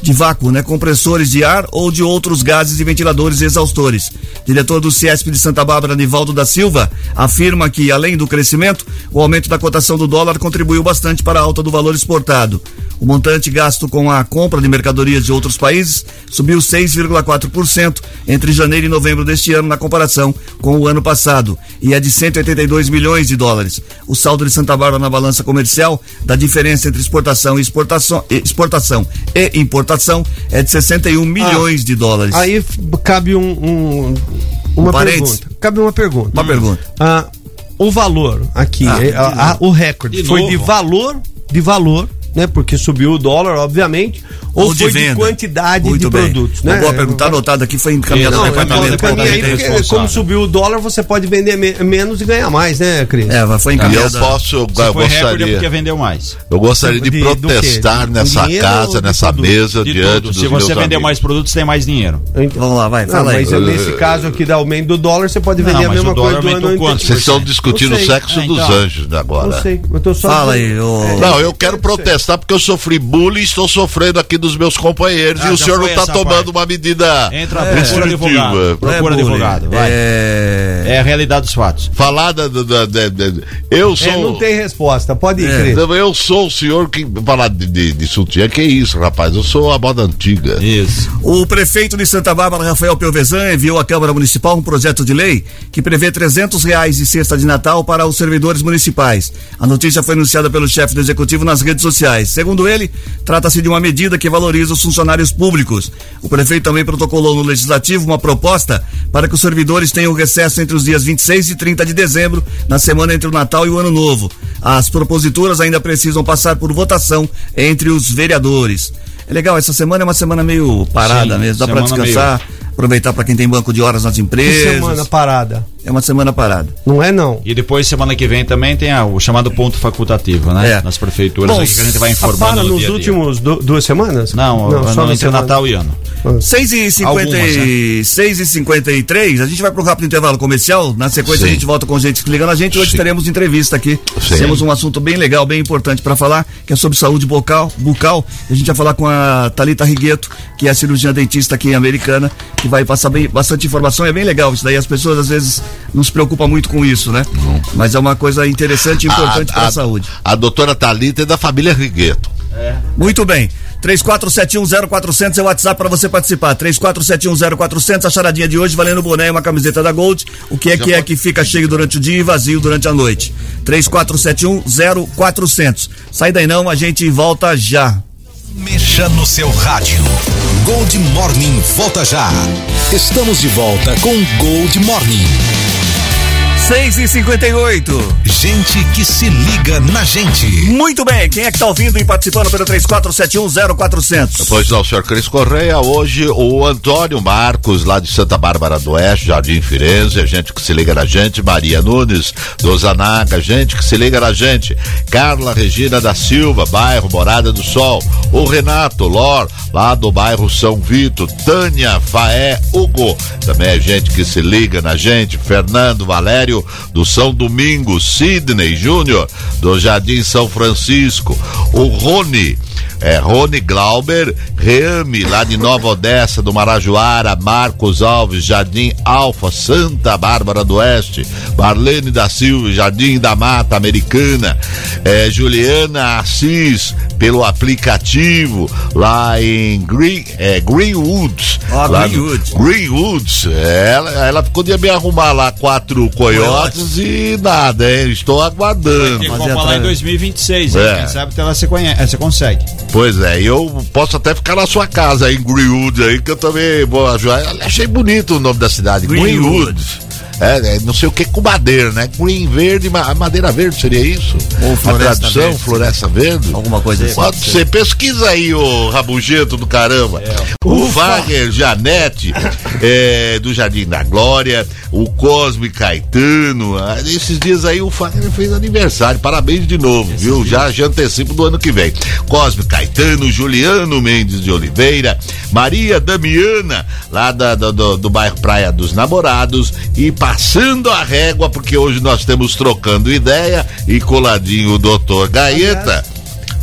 Speaker 4: De vácuo, né? Compressores de ar ou de outros gases e ventiladores exaustores. Diretor do CIESP de Santa Bárbara, Nivaldo da Silva, afirma que, além do crescimento, o aumento da cotação do dólar contribuiu bastante para a alta do valor exportado. O montante gasto com a compra de mercadorias de outros países subiu 6,4% entre janeiro e novembro deste ano na comparação com o ano passado e é de 182 milhões de dólares. O saldo de Santa Bárbara na balança comercial da diferença entre exportação e exportação, e exportação e importação é de 61 milhões de dólares.
Speaker 1: Ah, Aí f- cabe um, um- uma
Speaker 4: Um parênteses?
Speaker 1: pergunta. Cabe uma pergunta.
Speaker 4: Uma pergunta.
Speaker 1: Ah, o valor aqui,
Speaker 4: Ah,
Speaker 1: eh,
Speaker 4: de
Speaker 1: a- a-
Speaker 4: novo.
Speaker 1: o recorde
Speaker 4: De
Speaker 1: foi
Speaker 4: novo.
Speaker 1: de valor, de valor, né? Porque subiu o dólar, obviamente, ou,
Speaker 4: Ou de
Speaker 1: foi
Speaker 4: venda.
Speaker 1: de quantidade
Speaker 4: Muito
Speaker 1: de
Speaker 4: bem.
Speaker 1: produtos,
Speaker 4: Uma
Speaker 1: né?
Speaker 4: boa pergunta anotada aqui foi encaminhada
Speaker 1: Não,
Speaker 4: ao
Speaker 1: eu
Speaker 4: departamento.
Speaker 1: falo pra mim aí, porque como subiu o dólar, você pode vender me- menos e ganhar mais, né, Cris?
Speaker 4: É, mas foi
Speaker 2: E
Speaker 4: encaminhada.
Speaker 2: eu posso, eu
Speaker 3: Se foi recorde é
Speaker 2: gostaria,
Speaker 3: porque vendeu mais.
Speaker 2: eu gostaria de,
Speaker 1: De- do quê?
Speaker 2: protestar
Speaker 1: Do
Speaker 2: nessa
Speaker 1: dinheiro ou
Speaker 2: casa,
Speaker 1: de
Speaker 2: nessa
Speaker 1: tudo?
Speaker 2: mesa,
Speaker 3: De
Speaker 2: diante
Speaker 3: tudo.
Speaker 2: dos
Speaker 3: Se
Speaker 2: meus
Speaker 3: você vender
Speaker 2: amigos.
Speaker 3: mais produtos, tem mais dinheiro.
Speaker 4: Vamos lá, vai,
Speaker 1: Então, Não,
Speaker 4: fala aí.
Speaker 1: mas é
Speaker 2: É.
Speaker 1: nesse caso aqui da aumento do dólar, você pode
Speaker 3: Não,
Speaker 1: vender a
Speaker 3: mas
Speaker 1: mesma
Speaker 3: o dólar
Speaker 1: coisa do ano
Speaker 3: aumentou quanto?
Speaker 1: anterior.
Speaker 2: Vocês estão
Speaker 3: Não
Speaker 2: discutindo o
Speaker 1: sei. Ah,
Speaker 2: sexo
Speaker 3: É,
Speaker 2: dos
Speaker 3: então.
Speaker 2: anjos agora.
Speaker 1: Não sei, eu tô só...
Speaker 4: Fala aí, ô-
Speaker 1: É.
Speaker 2: Não, eu quero protestar porque eu sofri bullying e estou sofrendo aqui dos meus companheiros
Speaker 3: Ah,
Speaker 2: e o
Speaker 3: já
Speaker 2: senhor não
Speaker 3: foi
Speaker 2: está
Speaker 3: essa
Speaker 2: tomando
Speaker 3: parte.
Speaker 2: uma medida É.
Speaker 3: Entra, procura advogado.
Speaker 2: restritiva.
Speaker 4: Não é
Speaker 3: Procura
Speaker 4: bullying.
Speaker 3: advogado, vai.
Speaker 4: É...
Speaker 3: É a realidade dos fatos.
Speaker 2: Falar da, da- da- da- da-
Speaker 1: É,
Speaker 2: eu
Speaker 1: não
Speaker 2: sou
Speaker 1: tem resposta. Pode ir,
Speaker 4: É.
Speaker 1: Cris.
Speaker 2: Não, eu sou o senhor que falar de, de, de sutiã, que isso, rapaz, eu sou a moda antiga.
Speaker 3: Isso.
Speaker 4: O prefeito de Santa Bárbara, Rafael Pelvezan, enviou à Câmara Municipal um projeto de lei que prevê 300 reais de cesta de Natal para os servidores municipais. A notícia foi anunciada pelo chefe do executivo nas redes sociais. Segundo ele, trata-se de uma medida que valoriza os funcionários públicos. O prefeito também protocolou no legislativo uma proposta para que os servidores tenham recesso entre os dias 26 e 30 de dezembro, na semana entre o Natal e o Ano Novo. As proposituras ainda precisam passar por votação entre os vereadores. É legal, essa semana é uma semana meio parada
Speaker 3: Sim,
Speaker 4: mesmo, dá pra
Speaker 3: semana
Speaker 4: descansar, aproveitar pra quem tem banco de horas nas
Speaker 1: Que semana
Speaker 4: empresas.
Speaker 1: parada.
Speaker 4: É uma semana parada.
Speaker 1: Não é, não.
Speaker 3: E depois, semana que vem, também tem a- o chamado ponto facultativo, né?
Speaker 4: É.
Speaker 3: Nas prefeituras
Speaker 4: Bom,
Speaker 3: aí que a gente vai
Speaker 1: Ah,
Speaker 3: informando.
Speaker 1: para
Speaker 3: no
Speaker 1: nos
Speaker 3: dia a dia.
Speaker 1: últimos du- duas semanas?
Speaker 3: Não, não,
Speaker 1: na
Speaker 3: entre
Speaker 1: semana. Ah.
Speaker 3: Natal e Ano.
Speaker 4: 6 e 56 e 53 a gente vai pro rápido intervalo comercial. Na sequência,
Speaker 2: Sim.
Speaker 4: a gente volta com gente ligando a gente. Hoje
Speaker 2: Sim.
Speaker 4: teremos entrevista aqui.
Speaker 2: Sim.
Speaker 4: Temos um assunto bem legal, bem importante pra falar, que é sobre saúde bucal. bucal. A gente vai falar com a Thalita Rigueto, que é cirurgiã dentista aqui americana, que vai passar bem, bastante informação. É bem legal isso daí. As pessoas às vezes não se preocupam muito com isso, né? Mas é uma coisa interessante e
Speaker 2: Ah,
Speaker 3: é
Speaker 4: importante pra saúde.
Speaker 2: A doutora Thalita é da família Rigueto.
Speaker 4: Muito bem. 34710400 é o WhatsApp para você participar. 34710400, a charadinha de hoje valendo o boné e uma camiseta da Gold. O que é que é que fica cheio durante o dia e vazio durante a noite? 34710400. Sai daí não, a gente volta já.
Speaker 7: Mexa no seu rádio. Gold Morning volta já. Estamos de volta com Gold Morning.
Speaker 4: 6 e 58
Speaker 7: Gente que se liga na gente.
Speaker 4: Muito bem, quem é que tá ouvindo e participando pelo 34710400?
Speaker 2: Pois não, senhor Cris Correia, hoje o Antônio Marcos, lá de Santa Bárbara do Oeste, Jardim Firenze, a gente que se liga na gente, Maria Nunes, Dozanaga, gente que se liga na gente, Carla Regina da Silva, bairro Morada do Sol, o Renato Lor, lá do bairro São Vito, Tânia Faé Hugo, também é gente que se liga na gente, Fernando Valério, do São Domingos, Sidney Júnior, do Jardim São Francisco, o Rony, É, Rony Glauber, Rami, lá de Nova Odessa, do Marajoara, Marcos Alves, Jardim Alfa, Santa Bárbara do Oeste, Marlene da Silva, Jardim da Mata Americana, é, Juliana Assis, pelo aplicativo, lá em Green, é, Greenwoods.
Speaker 4: Ó,
Speaker 2: lá no-
Speaker 4: Greenwoods.
Speaker 2: Greenwoods, é, ela, ela ficou de me arrumar lá quatro coiotes e nada, hein? Estou aguardando.
Speaker 3: Tem como falar é em 2026, hein?
Speaker 2: É.
Speaker 3: Quem sabe até lá você, conhece, você consegue.
Speaker 2: Pois é, e eu posso até ficar na sua casa aí em Greenwood aí, que eu também vou ajudar. Eu Achei bonito o nome da cidade, Greenwood. É, é, não sei o que com madeira, né? Green verde, ma- madeira verde seria isso?
Speaker 4: Ou
Speaker 2: A
Speaker 4: floresta
Speaker 2: tradução,
Speaker 4: verde.
Speaker 2: floresta verde? Alguma
Speaker 4: coisa assim.
Speaker 2: Pode ser. Pesquisa aí, ô rabugento do caramba. O Wagner Janete, é, do Jardim da Glória, o Cosme Caetano. ah, Esses dias aí o Wagner fez aniversário. Parabéns de novo, viu? Já, já antecipo do ano que vem. Cosme Caetano, Juliano Mendes de Oliveira, Maria Damiana, lá da- da- do, do bairro Praia dos Namorados. E passando a régua, porque hoje nós temos trocando ideia e coladinho o doutor Gaeta.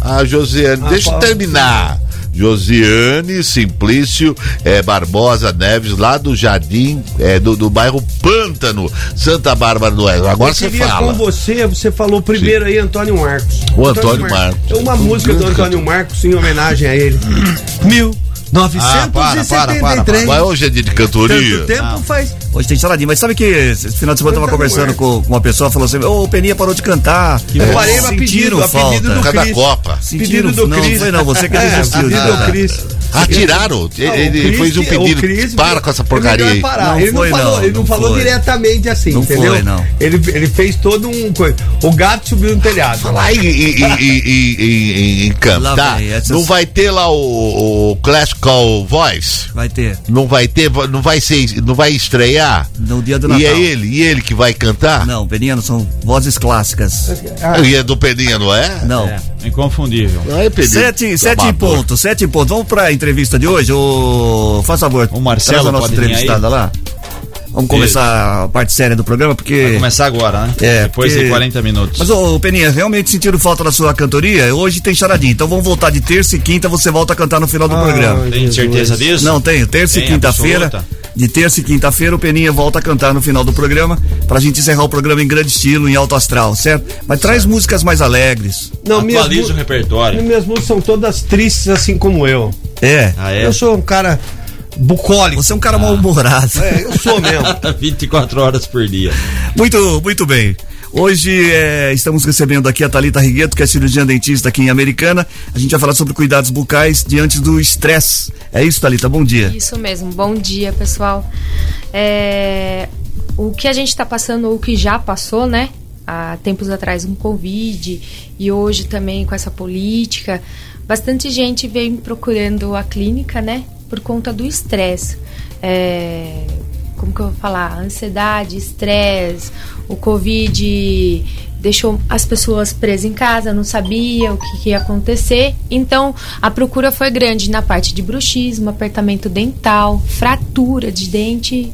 Speaker 2: Ah, Josiane, deixa eu terminar. Josiane Simplício eh, Barbosa Neves, lá do Jardim, eh, do, do bairro Pântano, Santa Bárbara do Oeste. Agora
Speaker 1: Eu
Speaker 2: você
Speaker 1: queria
Speaker 2: fala.
Speaker 1: com você, você falou primeiro aí Antônio Marcos.
Speaker 2: O Antônio Marcos.
Speaker 1: É uma música do Antônio Marcos em homenagem a ele.
Speaker 2: Ah,
Speaker 1: Ah, 1973.
Speaker 2: Mas hoje é dia de cantoria.
Speaker 1: Tanto tempo faz.
Speaker 4: Hoje tem charadinha, mas sabe que esse final de semana eu tava conversando com, com uma pessoa, falou assim, ô, o Peninha parou de cantar.
Speaker 1: Eu parei a pedido,
Speaker 4: Sentiram
Speaker 1: a
Speaker 4: falta.
Speaker 1: pedido do Cris.
Speaker 4: Sentiram,
Speaker 1: Pedido do
Speaker 4: não,
Speaker 1: Cris.
Speaker 4: foi não, você que né?
Speaker 1: É,
Speaker 4: desistiu.
Speaker 1: pedido
Speaker 4: de
Speaker 1: do
Speaker 4: cantar.
Speaker 1: Cris.
Speaker 2: Ah, tiraram?
Speaker 1: Não,
Speaker 2: Ele, ele
Speaker 1: o Cris-
Speaker 2: fez um pedido.
Speaker 1: o Cris-
Speaker 2: para com essa
Speaker 1: É
Speaker 2: porcaria
Speaker 1: melhor
Speaker 2: aí.
Speaker 1: parar. ele não falou, ele não falou
Speaker 4: foi.
Speaker 1: diretamente assim,
Speaker 4: Não
Speaker 1: entendeu?
Speaker 4: foi, não.
Speaker 1: Ele, ele fez todo um coisa. O gato subiu no telhado.
Speaker 2: Falar em, em, em- em- em- em- em
Speaker 4: Lá
Speaker 2: cantar,
Speaker 4: vem, essas-
Speaker 2: não vai ter lá o, o Classical Voice?
Speaker 4: Vai ter.
Speaker 2: Não vai ter, não vai ser, não vai estrear?
Speaker 4: No dia do
Speaker 2: E é
Speaker 4: Natal.
Speaker 2: ele, e ele que vai cantar?
Speaker 4: Não, Peninha, não são vozes clássicas.
Speaker 2: E é do Pedrinho, não é?
Speaker 4: Não.
Speaker 3: Inconfundível.
Speaker 2: Ai, Pedrinho, tá
Speaker 4: Sete, sete em
Speaker 2: babador.
Speaker 4: ponto, sete em ponto. Vamos pra entrevista de hoje? Ô, faz favor,
Speaker 3: O Marcelo
Speaker 4: traz a nossa
Speaker 3: pode vir aí?
Speaker 4: entrevistada lá. Vamos começar a parte séria do programa, porque...
Speaker 3: Vai começar agora, né?
Speaker 4: É,
Speaker 3: Depois
Speaker 4: porque-
Speaker 3: de 40 minutos.
Speaker 4: Mas, ô, Peninha, realmente sentiram falta da sua cantoria? Hoje tem charadinha, então vamos voltar de terça e quinta, você volta a cantar no final
Speaker 1: Ah,
Speaker 4: do programa.
Speaker 3: Tem certeza disso?
Speaker 4: Não, tenho. Terça e
Speaker 3: Tem,
Speaker 4: quinta-feira.
Speaker 3: absoluta.
Speaker 4: De terça e quinta-feira, o Peninha volta a cantar no final do programa, pra gente encerrar o programa em grande estilo, em alto astral, certo? Mas traz músicas mais alegres.
Speaker 1: Não, minhas,
Speaker 3: Atualiza o
Speaker 1: mu-
Speaker 3: repertório.
Speaker 1: minhas músicas são todas tristes, assim como eu.
Speaker 4: É.
Speaker 3: Ah, é?
Speaker 1: Eu sou um cara bucólico.
Speaker 4: Você é um cara mal-humorado.
Speaker 1: É, eu sou mesmo.
Speaker 3: 24 horas por dia.
Speaker 4: Muito, muito bem. Hoje eh, estamos recebendo aqui a Thalita Rigueto, que é cirurgiã dentista aqui em Americana. A gente vai falar sobre cuidados bucais diante do estresse. É isso, Thalita? Bom dia.
Speaker 10: Isso mesmo. Bom dia, pessoal. É, o que a gente está passando, ou o que já passou, né? Há tempos atrás um Covid e hoje também com essa política, bastante gente vem procurando a clínica, né? Por conta do estresse. É, como que eu vou falar? Ansiedade, estresse, o Covid deixou as pessoas presas em casa, não sabia o que, que ia acontecer. Então, a procura foi grande na parte de bruxismo, apertamento dental, fratura de dente.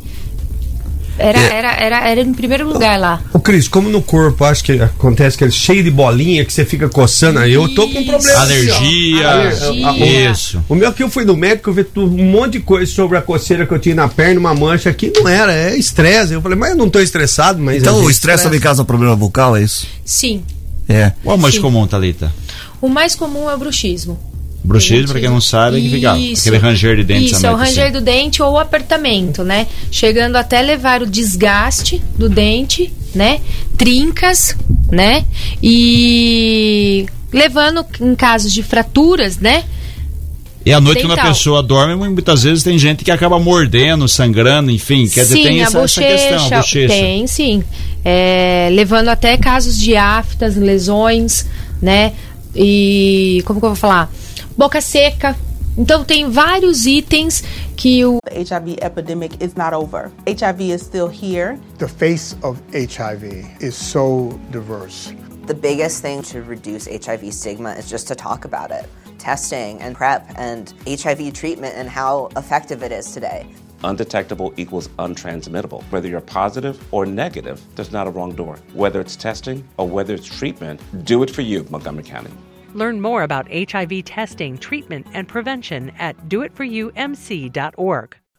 Speaker 10: Era,
Speaker 4: É.
Speaker 10: era, era, era em primeiro lugar lá.
Speaker 1: Ô, Cris, como no corpo, acho que acontece que ele é cheio de bolinha, que você fica coçando. Aí eu tô com um problema. aqui, ó.
Speaker 3: Alergia.
Speaker 4: Ah,
Speaker 10: Alergia.
Speaker 1: Alergia.
Speaker 3: Isso.
Speaker 1: O meu que eu fui no médico, eu vi tu- um monte de coisa sobre a coceira que eu tinha na perna, uma mancha aqui. Não era, é estresse. Eu falei, mas eu não tô estressado, mas. às
Speaker 4: Então, o
Speaker 1: vezes
Speaker 4: estresse também causa problema bucal, é isso?
Speaker 10: Sim.
Speaker 4: É.
Speaker 3: Qual é o mais
Speaker 10: Sim.
Speaker 3: comum, Thalita?
Speaker 10: O mais comum é o bruxismo.
Speaker 3: Bruxismo, pra quem não sabe, é que fica aquele ranger de dentes.
Speaker 10: Isso,
Speaker 3: à
Speaker 10: é o
Speaker 3: noite,
Speaker 10: ranger
Speaker 3: assim.
Speaker 10: do dente ou o apertamento, né? Chegando até levar o desgaste do dente, né? Trincas, né? E levando em casos de fraturas, né?
Speaker 3: E à noite, quando a
Speaker 10: dental.
Speaker 3: pessoa dorme, muitas vezes tem gente que acaba mordendo, sangrando, enfim. Quer dizer,
Speaker 10: sim,
Speaker 3: tem
Speaker 10: a
Speaker 3: essa, essa
Speaker 10: bochecha,
Speaker 3: questão, a bochecha.
Speaker 10: Tem, sim. É, levando até casos de aftas, lesões, né? E como que eu vou falar? Boca seca. Então tem vários itens que o
Speaker 11: The HIV epidemic is not over. HIV is still here.
Speaker 12: The face of HIV is so diverse.
Speaker 13: The biggest thing to reduce HIV stigma is just to talk about it. Testing and PrEP and HIV treatment and how effective it is today.
Speaker 14: Undetectable equals untransmittable. Whether you're positive or negative, there's not a wrong door. Whether it's testing or whether it's treatment, do it for you, Montgomery County.
Speaker 10: Learn more about HIV testing, treatment, and prevention at doitforyoumc.org.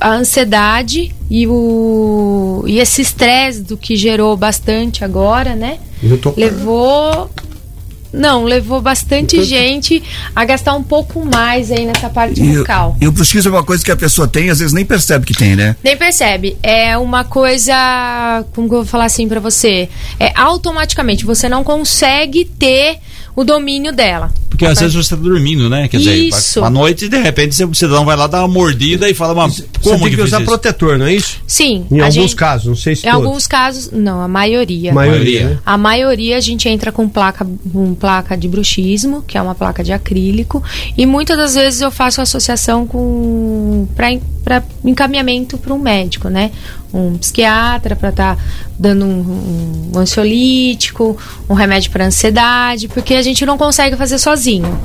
Speaker 2: a ansiedade e, o, e esse estresse do que gerou bastante agora, né?
Speaker 1: Eu tô-
Speaker 2: Levou. Não, levou bastante
Speaker 15: Então-
Speaker 2: gente a gastar um pouco mais aí nessa parte
Speaker 15: E o-
Speaker 2: bucal.
Speaker 15: e o bruxismo é uma coisa que a pessoa tem e às vezes nem percebe que tem, né?
Speaker 2: Nem percebe. É uma coisa. Como que eu vou falar assim pra você? É automaticamente, você não consegue ter o domínio dela.
Speaker 3: Porque às vezes você tá dormindo, né? Quer
Speaker 2: Isso.
Speaker 3: dizer, à noite, de repente, você- você não vai lá dar uma mordida e fala, mas como
Speaker 1: tem que
Speaker 3: fiz
Speaker 1: usar
Speaker 3: isso?
Speaker 1: protetor, não é isso?
Speaker 2: Sim.
Speaker 1: Em
Speaker 2: a
Speaker 1: alguns
Speaker 2: gente-
Speaker 1: casos, não sei se
Speaker 2: Em
Speaker 1: todos.
Speaker 2: alguns casos, não, a maioria.
Speaker 1: Maioria, né?
Speaker 2: A maioria a gente entra com placa, com placa de bruxismo, que é uma placa de acrílico, e muitas das vezes eu faço associação com para encaminhamento para um médico, né? Um psiquiatra para estar dando um, um ansiolítico, um remédio para ansiedade, porque a gente não consegue fazer sozinho,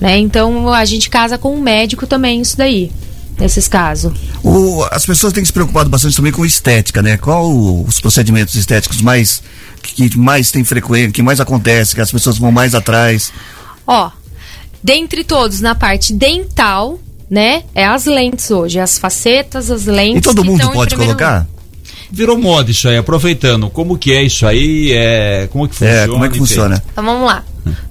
Speaker 2: né? Então a gente casa com um médico também isso daí, nesses casos.
Speaker 15: O- as pessoas têm se preocupado bastante também com estética, né? Qual o- os procedimentos estéticos mais que que mais tem frequência, que mais acontece, que as pessoas vão mais atrás?
Speaker 2: Ó, dentre todos, na parte dental, né? É as lentes hoje, as facetas, as lentes.
Speaker 3: E todo
Speaker 2: que
Speaker 3: mundo
Speaker 2: estão em
Speaker 3: pode
Speaker 2: primeiro
Speaker 3: colocar?
Speaker 2: lugar.
Speaker 3: Virou moda isso aí, aproveitando. Como que é isso aí? É, como que funciona?
Speaker 15: como é que funciona?
Speaker 2: Então vamos lá.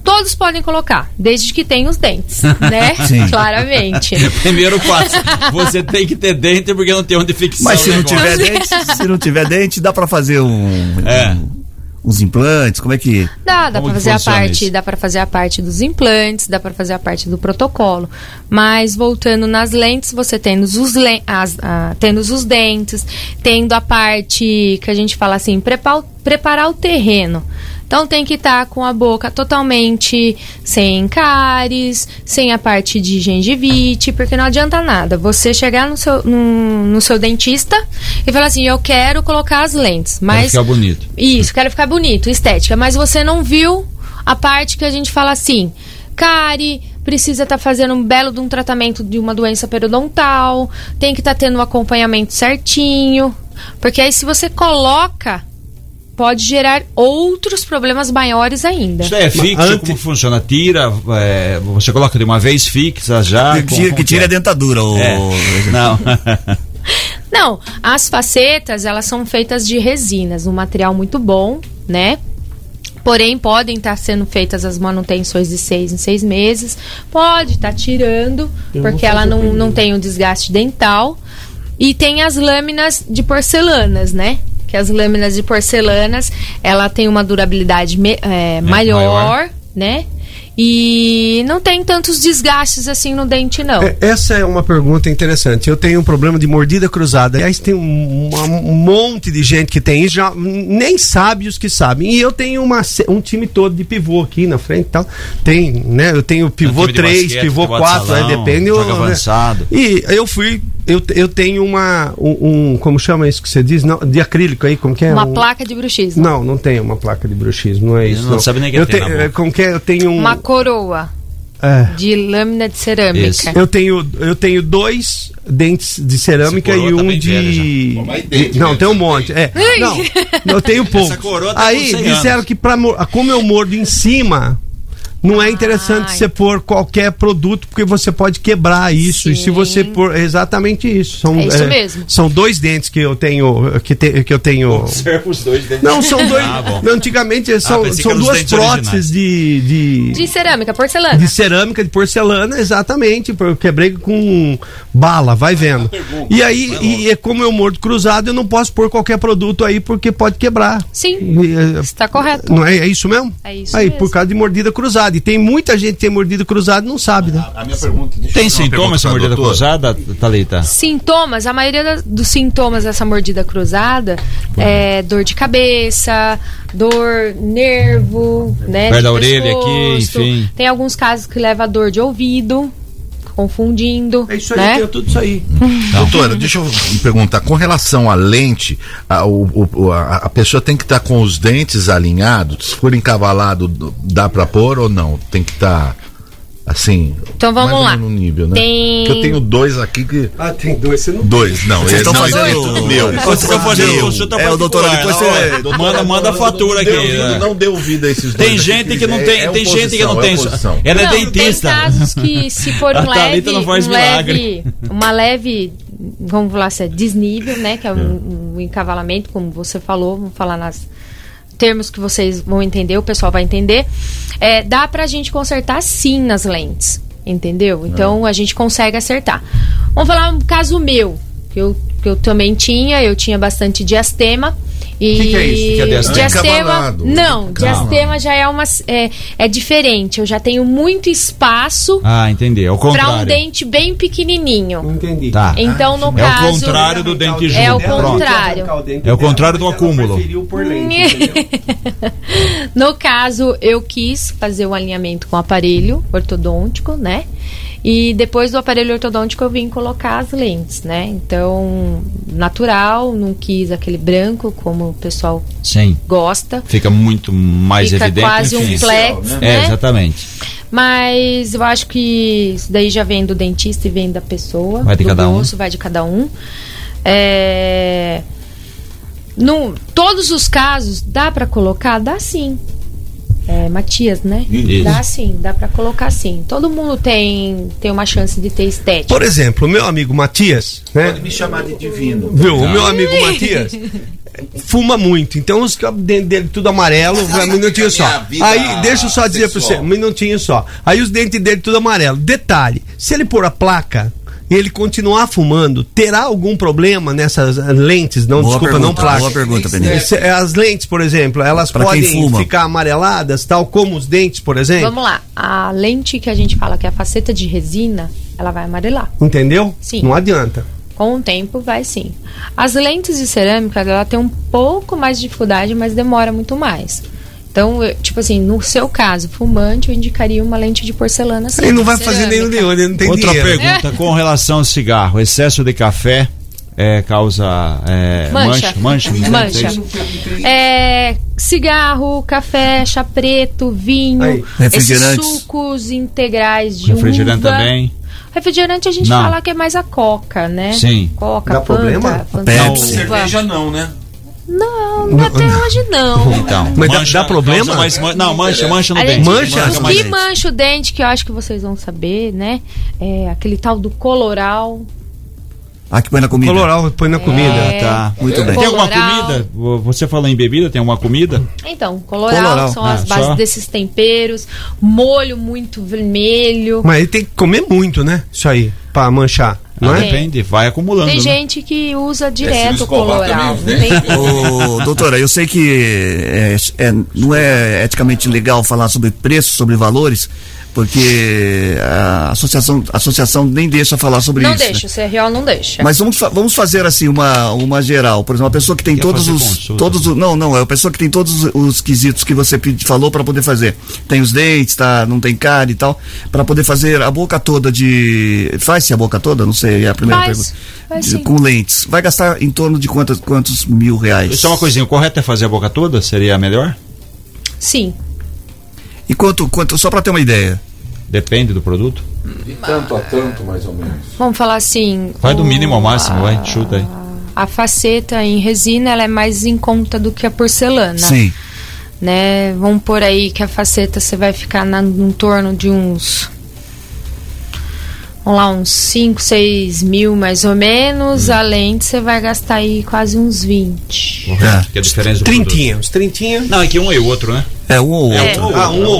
Speaker 2: Todos podem colocar, desde que tenham os dentes, né?
Speaker 3: Sim.
Speaker 2: Claramente.
Speaker 3: é? Primeiro passo, você tem que ter dente porque não tem onde fixar
Speaker 15: Mas
Speaker 3: o
Speaker 15: se não
Speaker 3: negócio.
Speaker 15: tiver dente, se não tiver dente, dá pra fazer um,
Speaker 3: É.
Speaker 15: um- uns implantes, como é que
Speaker 2: Dá, dá
Speaker 15: Como que
Speaker 2: pra fazer a
Speaker 15: funciona
Speaker 2: parte,
Speaker 15: isso?
Speaker 2: dá para fazer a parte dos implantes, dá pra fazer a parte do protocolo. Mas voltando nas lentes, você tendo os len- as, ah, tendo os dentes, tendo a parte que a gente fala assim, prepa- preparar o terreno. Então tem que estar com a boca totalmente sem cáries, sem a parte de gengivite, porque não adianta nada. Você chegar no seu, num- no seu dentista e falar assim, eu quero colocar as lentes,
Speaker 3: Vai
Speaker 2: mas
Speaker 3: ficar bonito.
Speaker 2: isso, quero ficar bonito, estética. Mas você não viu a parte que a gente fala assim, Cari, precisa estar fazendo um belo de um tratamento de uma doença periodontal, tem que estar tendo um acompanhamento certinho. Porque aí se você coloca, pode gerar outros problemas maiores ainda.
Speaker 3: Isso é fixo, como funciona? Tira, é, você coloca de uma vez fixa já.
Speaker 15: Que tira- que tira a dentadura, o-
Speaker 3: É. Não.
Speaker 2: Não, as facetas, elas são feitas de resinas, um material muito bom, né? Porém, podem estar sendo feitas as manutenções de seis em seis meses. Pode estar tirando,
Speaker 16: Eu vou
Speaker 2: porque ela
Speaker 16: fazer
Speaker 2: não,
Speaker 16: primeiro.
Speaker 2: não tem o desgaste dental. E tem as lâminas de porcelanas, né? Que as lâminas de porcelanas, ela tem uma durabilidade me- é, maior,
Speaker 1: maior.
Speaker 2: né? E não tem tantos desgastes assim no dente, não.
Speaker 1: É, essa é uma pergunta interessante. Eu tenho um problema de mordida cruzada. Aliás, tem um, uma- um monte de gente que tem isso, já nem sabe os que sabem. E eu tenho uma se- um time todo de pivô aqui na frente e tal. Tem, né? Eu tenho pivô
Speaker 3: É um time de
Speaker 1: 3,
Speaker 3: basquete,
Speaker 1: pivô
Speaker 3: futebol de
Speaker 1: 4,
Speaker 3: salão,
Speaker 1: né? depende.
Speaker 3: joga
Speaker 1: eu, né?
Speaker 3: avançado.
Speaker 1: E eu fui. Eu, eu tenho uma. Um, um- Como chama isso que você diz? Não, de acrílico aí, como que é?
Speaker 2: Uma
Speaker 1: Um-
Speaker 2: placa de bruxismo.
Speaker 1: Não, não tem uma placa de bruxismo, não é isso.
Speaker 3: não sabe nem que
Speaker 1: eu
Speaker 3: tem
Speaker 1: tenho-
Speaker 3: na boca.
Speaker 1: é, Como que é? Eu tenho um.
Speaker 2: Uma coroa
Speaker 1: é.
Speaker 2: de lâmina de cerâmica.
Speaker 1: Eu tenho, eu tenho dois dentes de cerâmica
Speaker 3: Essa
Speaker 1: e
Speaker 3: coroa tá
Speaker 1: um
Speaker 3: bem velha
Speaker 1: de.
Speaker 3: já. Pô, mas dente
Speaker 1: não, tem um monte. É.
Speaker 2: Ui!
Speaker 1: Não, eu tenho pouco.
Speaker 3: coroa tá com
Speaker 1: Aí
Speaker 3: 100
Speaker 1: disseram
Speaker 3: anos.
Speaker 1: que pra, mo- como eu mordo em cima. Não é interessante você pôr qualquer produto, porque você pode quebrar isso. E se você pôr. é Exatamente isso. São,
Speaker 3: É isso mesmo.
Speaker 1: São dois dentes que eu tenho. Que, te- que eu tenho.
Speaker 3: Observa os dois dentes.
Speaker 1: Não, são dois.
Speaker 3: Ah, bom.
Speaker 1: não, antigamente são,
Speaker 3: pensei que
Speaker 1: são
Speaker 3: eram os
Speaker 1: duas
Speaker 3: dentes
Speaker 1: próteses de- de,
Speaker 2: De cerâmica, porcelana.
Speaker 1: de cerâmica, de porcelana, exatamente. porque Eu quebrei com bala, vai vendo. E aí, e, e como eu mordo cruzado, eu não posso pôr qualquer produto aí porque pode quebrar.
Speaker 2: Sim.
Speaker 1: E, eh,
Speaker 2: Está correto.
Speaker 1: Não é, é isso mesmo?
Speaker 2: É isso
Speaker 1: Aí,
Speaker 2: mesmo.
Speaker 1: por causa de mordida cruzada. cruzado. E tem muita gente que tem mordido cruzado e não sabe, né?
Speaker 2: A minha pergunta.
Speaker 3: Tem sintomas essa mordida cruzada, Thalita?
Speaker 10: Sintomas, a maioria das- dos sintomas dessa mordida cruzada é dor de cabeça, dor, nervo, né?
Speaker 3: Perto
Speaker 10: de
Speaker 3: da orelha aqui,
Speaker 10: pescoço.
Speaker 3: enfim.
Speaker 10: Tem alguns casos que leva a dor de ouvido, confundindo. É isso aí, né?
Speaker 1: tudo isso aí.
Speaker 2: Doutora, deixa eu perguntar, com relação à lente, a, o- o- a- a pessoa tem que estar com os dentes alinhados? Se for encavalado, dá pra pôr ou não? Tem que estar assim.
Speaker 10: Então vamos
Speaker 2: mais ou
Speaker 10: lá.
Speaker 2: menos No nível, né?
Speaker 10: Tem-
Speaker 2: Porque Eu tenho dois aqui que.
Speaker 1: Ah, tem dois, você não.
Speaker 2: Dois, não.
Speaker 3: Vocês
Speaker 2: é-
Speaker 3: estão
Speaker 2: não,
Speaker 3: fazendo-
Speaker 2: é tudo meu.
Speaker 3: Vocês estão fazendo consulta
Speaker 2: É, o doutor,
Speaker 3: particular,
Speaker 2: depois
Speaker 3: não,
Speaker 2: você.
Speaker 3: é, manda- manda a fatura
Speaker 2: não dê
Speaker 3: aqui,
Speaker 2: ouvido,
Speaker 3: né?
Speaker 2: Não dê ouvido a esses dois.
Speaker 3: Tem
Speaker 2: aqui,
Speaker 3: gente que não tem.
Speaker 2: é
Speaker 3: tem gente que
Speaker 2: oposição,
Speaker 3: não
Speaker 2: é
Speaker 3: tem.
Speaker 2: oposição.
Speaker 3: Ela é
Speaker 10: Não,
Speaker 3: dentista.
Speaker 10: Tem casos que se for
Speaker 3: A
Speaker 10: um leve,
Speaker 3: Thalita não faz
Speaker 10: um
Speaker 3: milagre.
Speaker 10: leve, uma leve, vamos falar assim, é desnível, né, que é um, um encavalamento, como você falou, vamos falar nas termos que vocês vão entender, o pessoal vai entender. É, dá pra gente consertar sim nas lentes, entendeu? Então a gente consegue acertar. Vamos falar um caso meu, que eu, que eu também tinha, eu tinha bastante diastema. E
Speaker 2: Que que é isso? Que é diastema?
Speaker 10: diastema?
Speaker 2: Encavalado.
Speaker 10: Não,
Speaker 2: Calma.
Speaker 10: diastema já é uma é, é diferente. Eu já tenho muito espaço
Speaker 3: Ah, entendi. É o
Speaker 10: para
Speaker 3: contrário.
Speaker 10: um dente bem pequenininho.
Speaker 1: Entendi.
Speaker 3: Tá.
Speaker 10: Então no
Speaker 3: é
Speaker 10: caso
Speaker 3: o contrário do dente junto.
Speaker 10: É o
Speaker 3: Pronto.
Speaker 10: contrário.
Speaker 3: É o contrário do acúmulo.
Speaker 10: no caso eu quis fazer um alinhamento com aparelho ortodôntico, né? E depois do aparelho ortodôntico eu vim colocar as lentes, né? Então natural, não quis aquele branco como o pessoal
Speaker 3: Sim.
Speaker 10: gosta.
Speaker 3: Fica muito mais
Speaker 10: Fica
Speaker 3: evidente.
Speaker 10: quase um
Speaker 3: enfim.
Speaker 10: flex,
Speaker 3: É,
Speaker 10: né?
Speaker 3: exatamente.
Speaker 10: Mas eu acho que isso daí já vem do dentista e vem da pessoa.
Speaker 3: Vai de
Speaker 10: do
Speaker 3: cada um.
Speaker 10: gosto, vai de cada um. É... Num, todos os casos, dá pra colocar? Dá sim. É, Matias, né?
Speaker 1: Isso.
Speaker 10: Dá sim, dá pra colocar sim. Todo mundo tem, tem uma chance de ter estética.
Speaker 1: Por exemplo, o meu amigo Matias, né?
Speaker 2: Me chamar de divino.
Speaker 1: Viu? O meu amigo Matias fuma muito. Então os cabelos dele tudo amarelo, um minutinho só.
Speaker 2: Minha vida
Speaker 1: Aí, deixa eu só dizer pra você,
Speaker 2: sexual.
Speaker 1: um minutinho só. Aí os dentes dele tudo amarelo. Detalhe, se ele pôr a placa e ele continuar fumando, terá algum problema nessas ah, lentes? Não,
Speaker 17: Boa
Speaker 1: desculpa,
Speaker 17: pergunta,
Speaker 1: não placa.
Speaker 17: boa pergunta, Peninha.
Speaker 1: Se- eh, As lentes, por exemplo, elas
Speaker 17: Pra quem
Speaker 1: podem
Speaker 17: fuma.
Speaker 1: ficar amareladas, tal como os dentes, por exemplo?
Speaker 10: Vamos lá. A lente que a gente fala que é a faceta de resina, ela vai amarelar.
Speaker 1: Entendeu?
Speaker 10: Sim.
Speaker 1: Não adianta.
Speaker 10: Com o tempo vai sim. As lentes de cerâmica, ela tem um pouco mais de dificuldade, mas demora muito mais. Então, eu- tipo assim, no seu caso, fumante, eu indicaria uma lente de porcelana sim.
Speaker 1: Ele não vai
Speaker 10: cerâmica.
Speaker 1: fazer nenhum de olho, ele não tem
Speaker 3: Outra
Speaker 1: dinheiro.
Speaker 3: pergunta com relação ao cigarro. Excesso de café é, causa é,
Speaker 10: Mancha.
Speaker 3: mancha, mancha,
Speaker 10: Mancha. É, cigarro, café, chá preto, vinho,
Speaker 3: Aí.
Speaker 10: esses
Speaker 3: Refrigerantes.
Speaker 10: sucos integrais de
Speaker 3: Refrigerante
Speaker 10: uva.
Speaker 3: também.
Speaker 10: Refrigerante a gente
Speaker 3: Não.
Speaker 10: fala que é mais a coca, né?
Speaker 3: Sim.
Speaker 10: Coca,
Speaker 3: Dá
Speaker 10: Fanta,
Speaker 3: problema?
Speaker 10: Fanta, uva.
Speaker 3: Pepsi. Cerveja
Speaker 2: não, né?
Speaker 10: Não, é até hoje não.
Speaker 3: Então,
Speaker 1: Mas dá-
Speaker 3: mancha,
Speaker 1: dá problema?
Speaker 3: causa mais man- não, mancha, mancha no
Speaker 10: A
Speaker 3: dente.
Speaker 10: gente-
Speaker 3: Mancha
Speaker 10: O
Speaker 3: mais
Speaker 10: que
Speaker 3: dente.
Speaker 10: mancha o dente, que eu acho que vocês vão saber, né? É aquele tal do coloral.
Speaker 17: Ah, que põe na comida.
Speaker 1: Coloral, põe na
Speaker 17: comida.
Speaker 10: É.
Speaker 17: Ah, tá. Muito bem.
Speaker 3: Tem alguma
Speaker 10: Coloral.
Speaker 3: comida? Vo- Você falou em bebida, tem alguma comida?
Speaker 10: Então, coloral,
Speaker 3: Coloral.
Speaker 10: são
Speaker 3: Ah,
Speaker 10: as bases
Speaker 3: só?
Speaker 10: desses temperos, molho muito vermelho.
Speaker 1: Mas ele tem que comer muito, né? Isso aí, pra manchar, não
Speaker 3: Ah,
Speaker 1: é?
Speaker 3: Depende, vai acumulando.
Speaker 10: Tem
Speaker 3: né?
Speaker 10: gente que usa direto o coloral.
Speaker 2: né?
Speaker 17: Ô, doutora, eu sei que é, é- não é eticamente legal falar sobre preço, sobre valores, porque É, a associação, a associação nem deixa falar sobre
Speaker 10: não
Speaker 17: isso. né?
Speaker 10: deixa, o CRO não deixa.
Speaker 17: Mas vamos, fa- vamos fazer assim uma, uma geral. Por exemplo, a pessoa que tem
Speaker 3: Quer
Speaker 17: todos
Speaker 3: fazer
Speaker 17: os.
Speaker 3: consulta?
Speaker 17: todos os- Não, não, é a pessoa que tem todos os- os quesitos que você pedi- falou para poder fazer. Tem os dentes, tá, não tem cara e tal. Para poder fazer a boca toda de. Faz-se a boca toda? Não sei, é a primeira
Speaker 10: Faz,
Speaker 17: pergunta.
Speaker 10: faz
Speaker 17: De-
Speaker 10: sim.
Speaker 17: com lentes. Vai gastar em torno de quantos, quantos mil reais?
Speaker 3: Só uma coisinha, o correto é fazer a boca toda? Seria a melhor?
Speaker 10: Sim.
Speaker 17: E quanto, quanto só para ter uma ideia?
Speaker 3: Depende do produto.
Speaker 2: De tanto a tanto, mais ou menos.
Speaker 10: Vamos falar assim.
Speaker 3: Vai do
Speaker 10: o-
Speaker 3: mínimo ao máximo, vai, chuta aí.
Speaker 10: A faceta em resina ela é mais em conta do que a porcelana.
Speaker 17: Sim.
Speaker 10: Né? Vamos por aí que a faceta você vai ficar na, em torno de uns. Vamos lá, uns 5, 6 mil mais ou menos. A lente você vai gastar aí quase uns 20.
Speaker 3: O resto, que é a diferença do
Speaker 1: Trintinha, uns trintinha.
Speaker 3: produto. Não, é que um e o outro, né?
Speaker 17: É um ou
Speaker 3: É,
Speaker 17: outro.
Speaker 1: Ah, um ou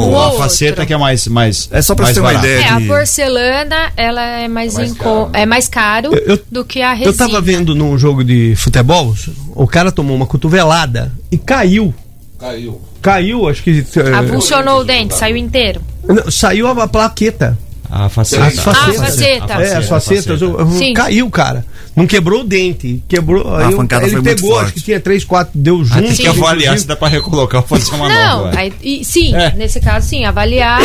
Speaker 17: Um ou
Speaker 3: A
Speaker 17: outro.
Speaker 3: faceta que é mais. mais
Speaker 17: É só pra
Speaker 3: mais
Speaker 17: você ter uma
Speaker 3: barata.
Speaker 17: ideia
Speaker 10: É, a
Speaker 17: de-
Speaker 10: porcelana ela é mais, em co-
Speaker 3: né?
Speaker 10: é mais caro
Speaker 1: Eu- eu-
Speaker 10: do que a resina.
Speaker 1: Eu tava vendo num jogo de futebol, o cara tomou uma cotovelada e caiu. Caiu. Caiu, acho que. eh,
Speaker 4: Avulsionou o dente, saiu inteiro.
Speaker 1: Não, saiu a, a plaqueta.
Speaker 3: A
Speaker 4: faceta.
Speaker 1: As facetas.
Speaker 4: Ah, a faceta.
Speaker 1: É, as
Speaker 4: A faceta.
Speaker 1: facetas. Eu- eu-
Speaker 4: Sim.
Speaker 1: Caiu, cara. Não quebrou o dente. Quebrou.
Speaker 3: A
Speaker 1: aí eu-
Speaker 3: pancada
Speaker 1: ele
Speaker 3: foi muito
Speaker 1: pegou,
Speaker 3: forte.
Speaker 1: acho que tinha três, quatro, deu
Speaker 3: Aí
Speaker 1: junto.
Speaker 3: tem que avaliar se dá pra recolocar ou fazer uma
Speaker 4: Não,
Speaker 3: nova.
Speaker 4: aí- e- sim,
Speaker 3: É.
Speaker 4: nesse caso sim, avaliar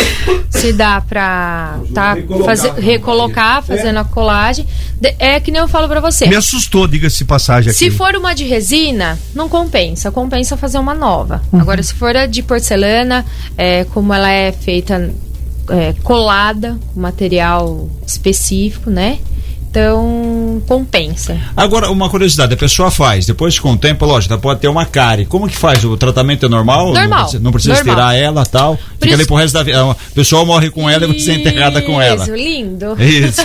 Speaker 4: se dá pra tá,
Speaker 1: Recolocar.
Speaker 4: faze-
Speaker 3: né?
Speaker 4: recolocar, fazendo a colagem. De- é que nem eu falo pra você.
Speaker 1: Me assustou, diga-se de passagem aqui.
Speaker 4: Se for uma de resina, não compensa. Compensa fazer uma nova. Agora, se for a de porcelana, é, como ela é feita é, colada, com material específico, né? Então, compensa.
Speaker 3: Agora, uma curiosidade, a pessoa faz, depois com o tempo, lógico, ela pode ter uma cárie. Como que faz? O tratamento é normal?
Speaker 4: Normal,
Speaker 3: Não precisa, não precisa
Speaker 4: normal.
Speaker 3: tirar ela tal. Fica
Speaker 4: isso-
Speaker 3: ali pro resto da vida. O pessoal morre com ela e você é enterrada com ela.
Speaker 4: Isso, lindo.
Speaker 3: Isso.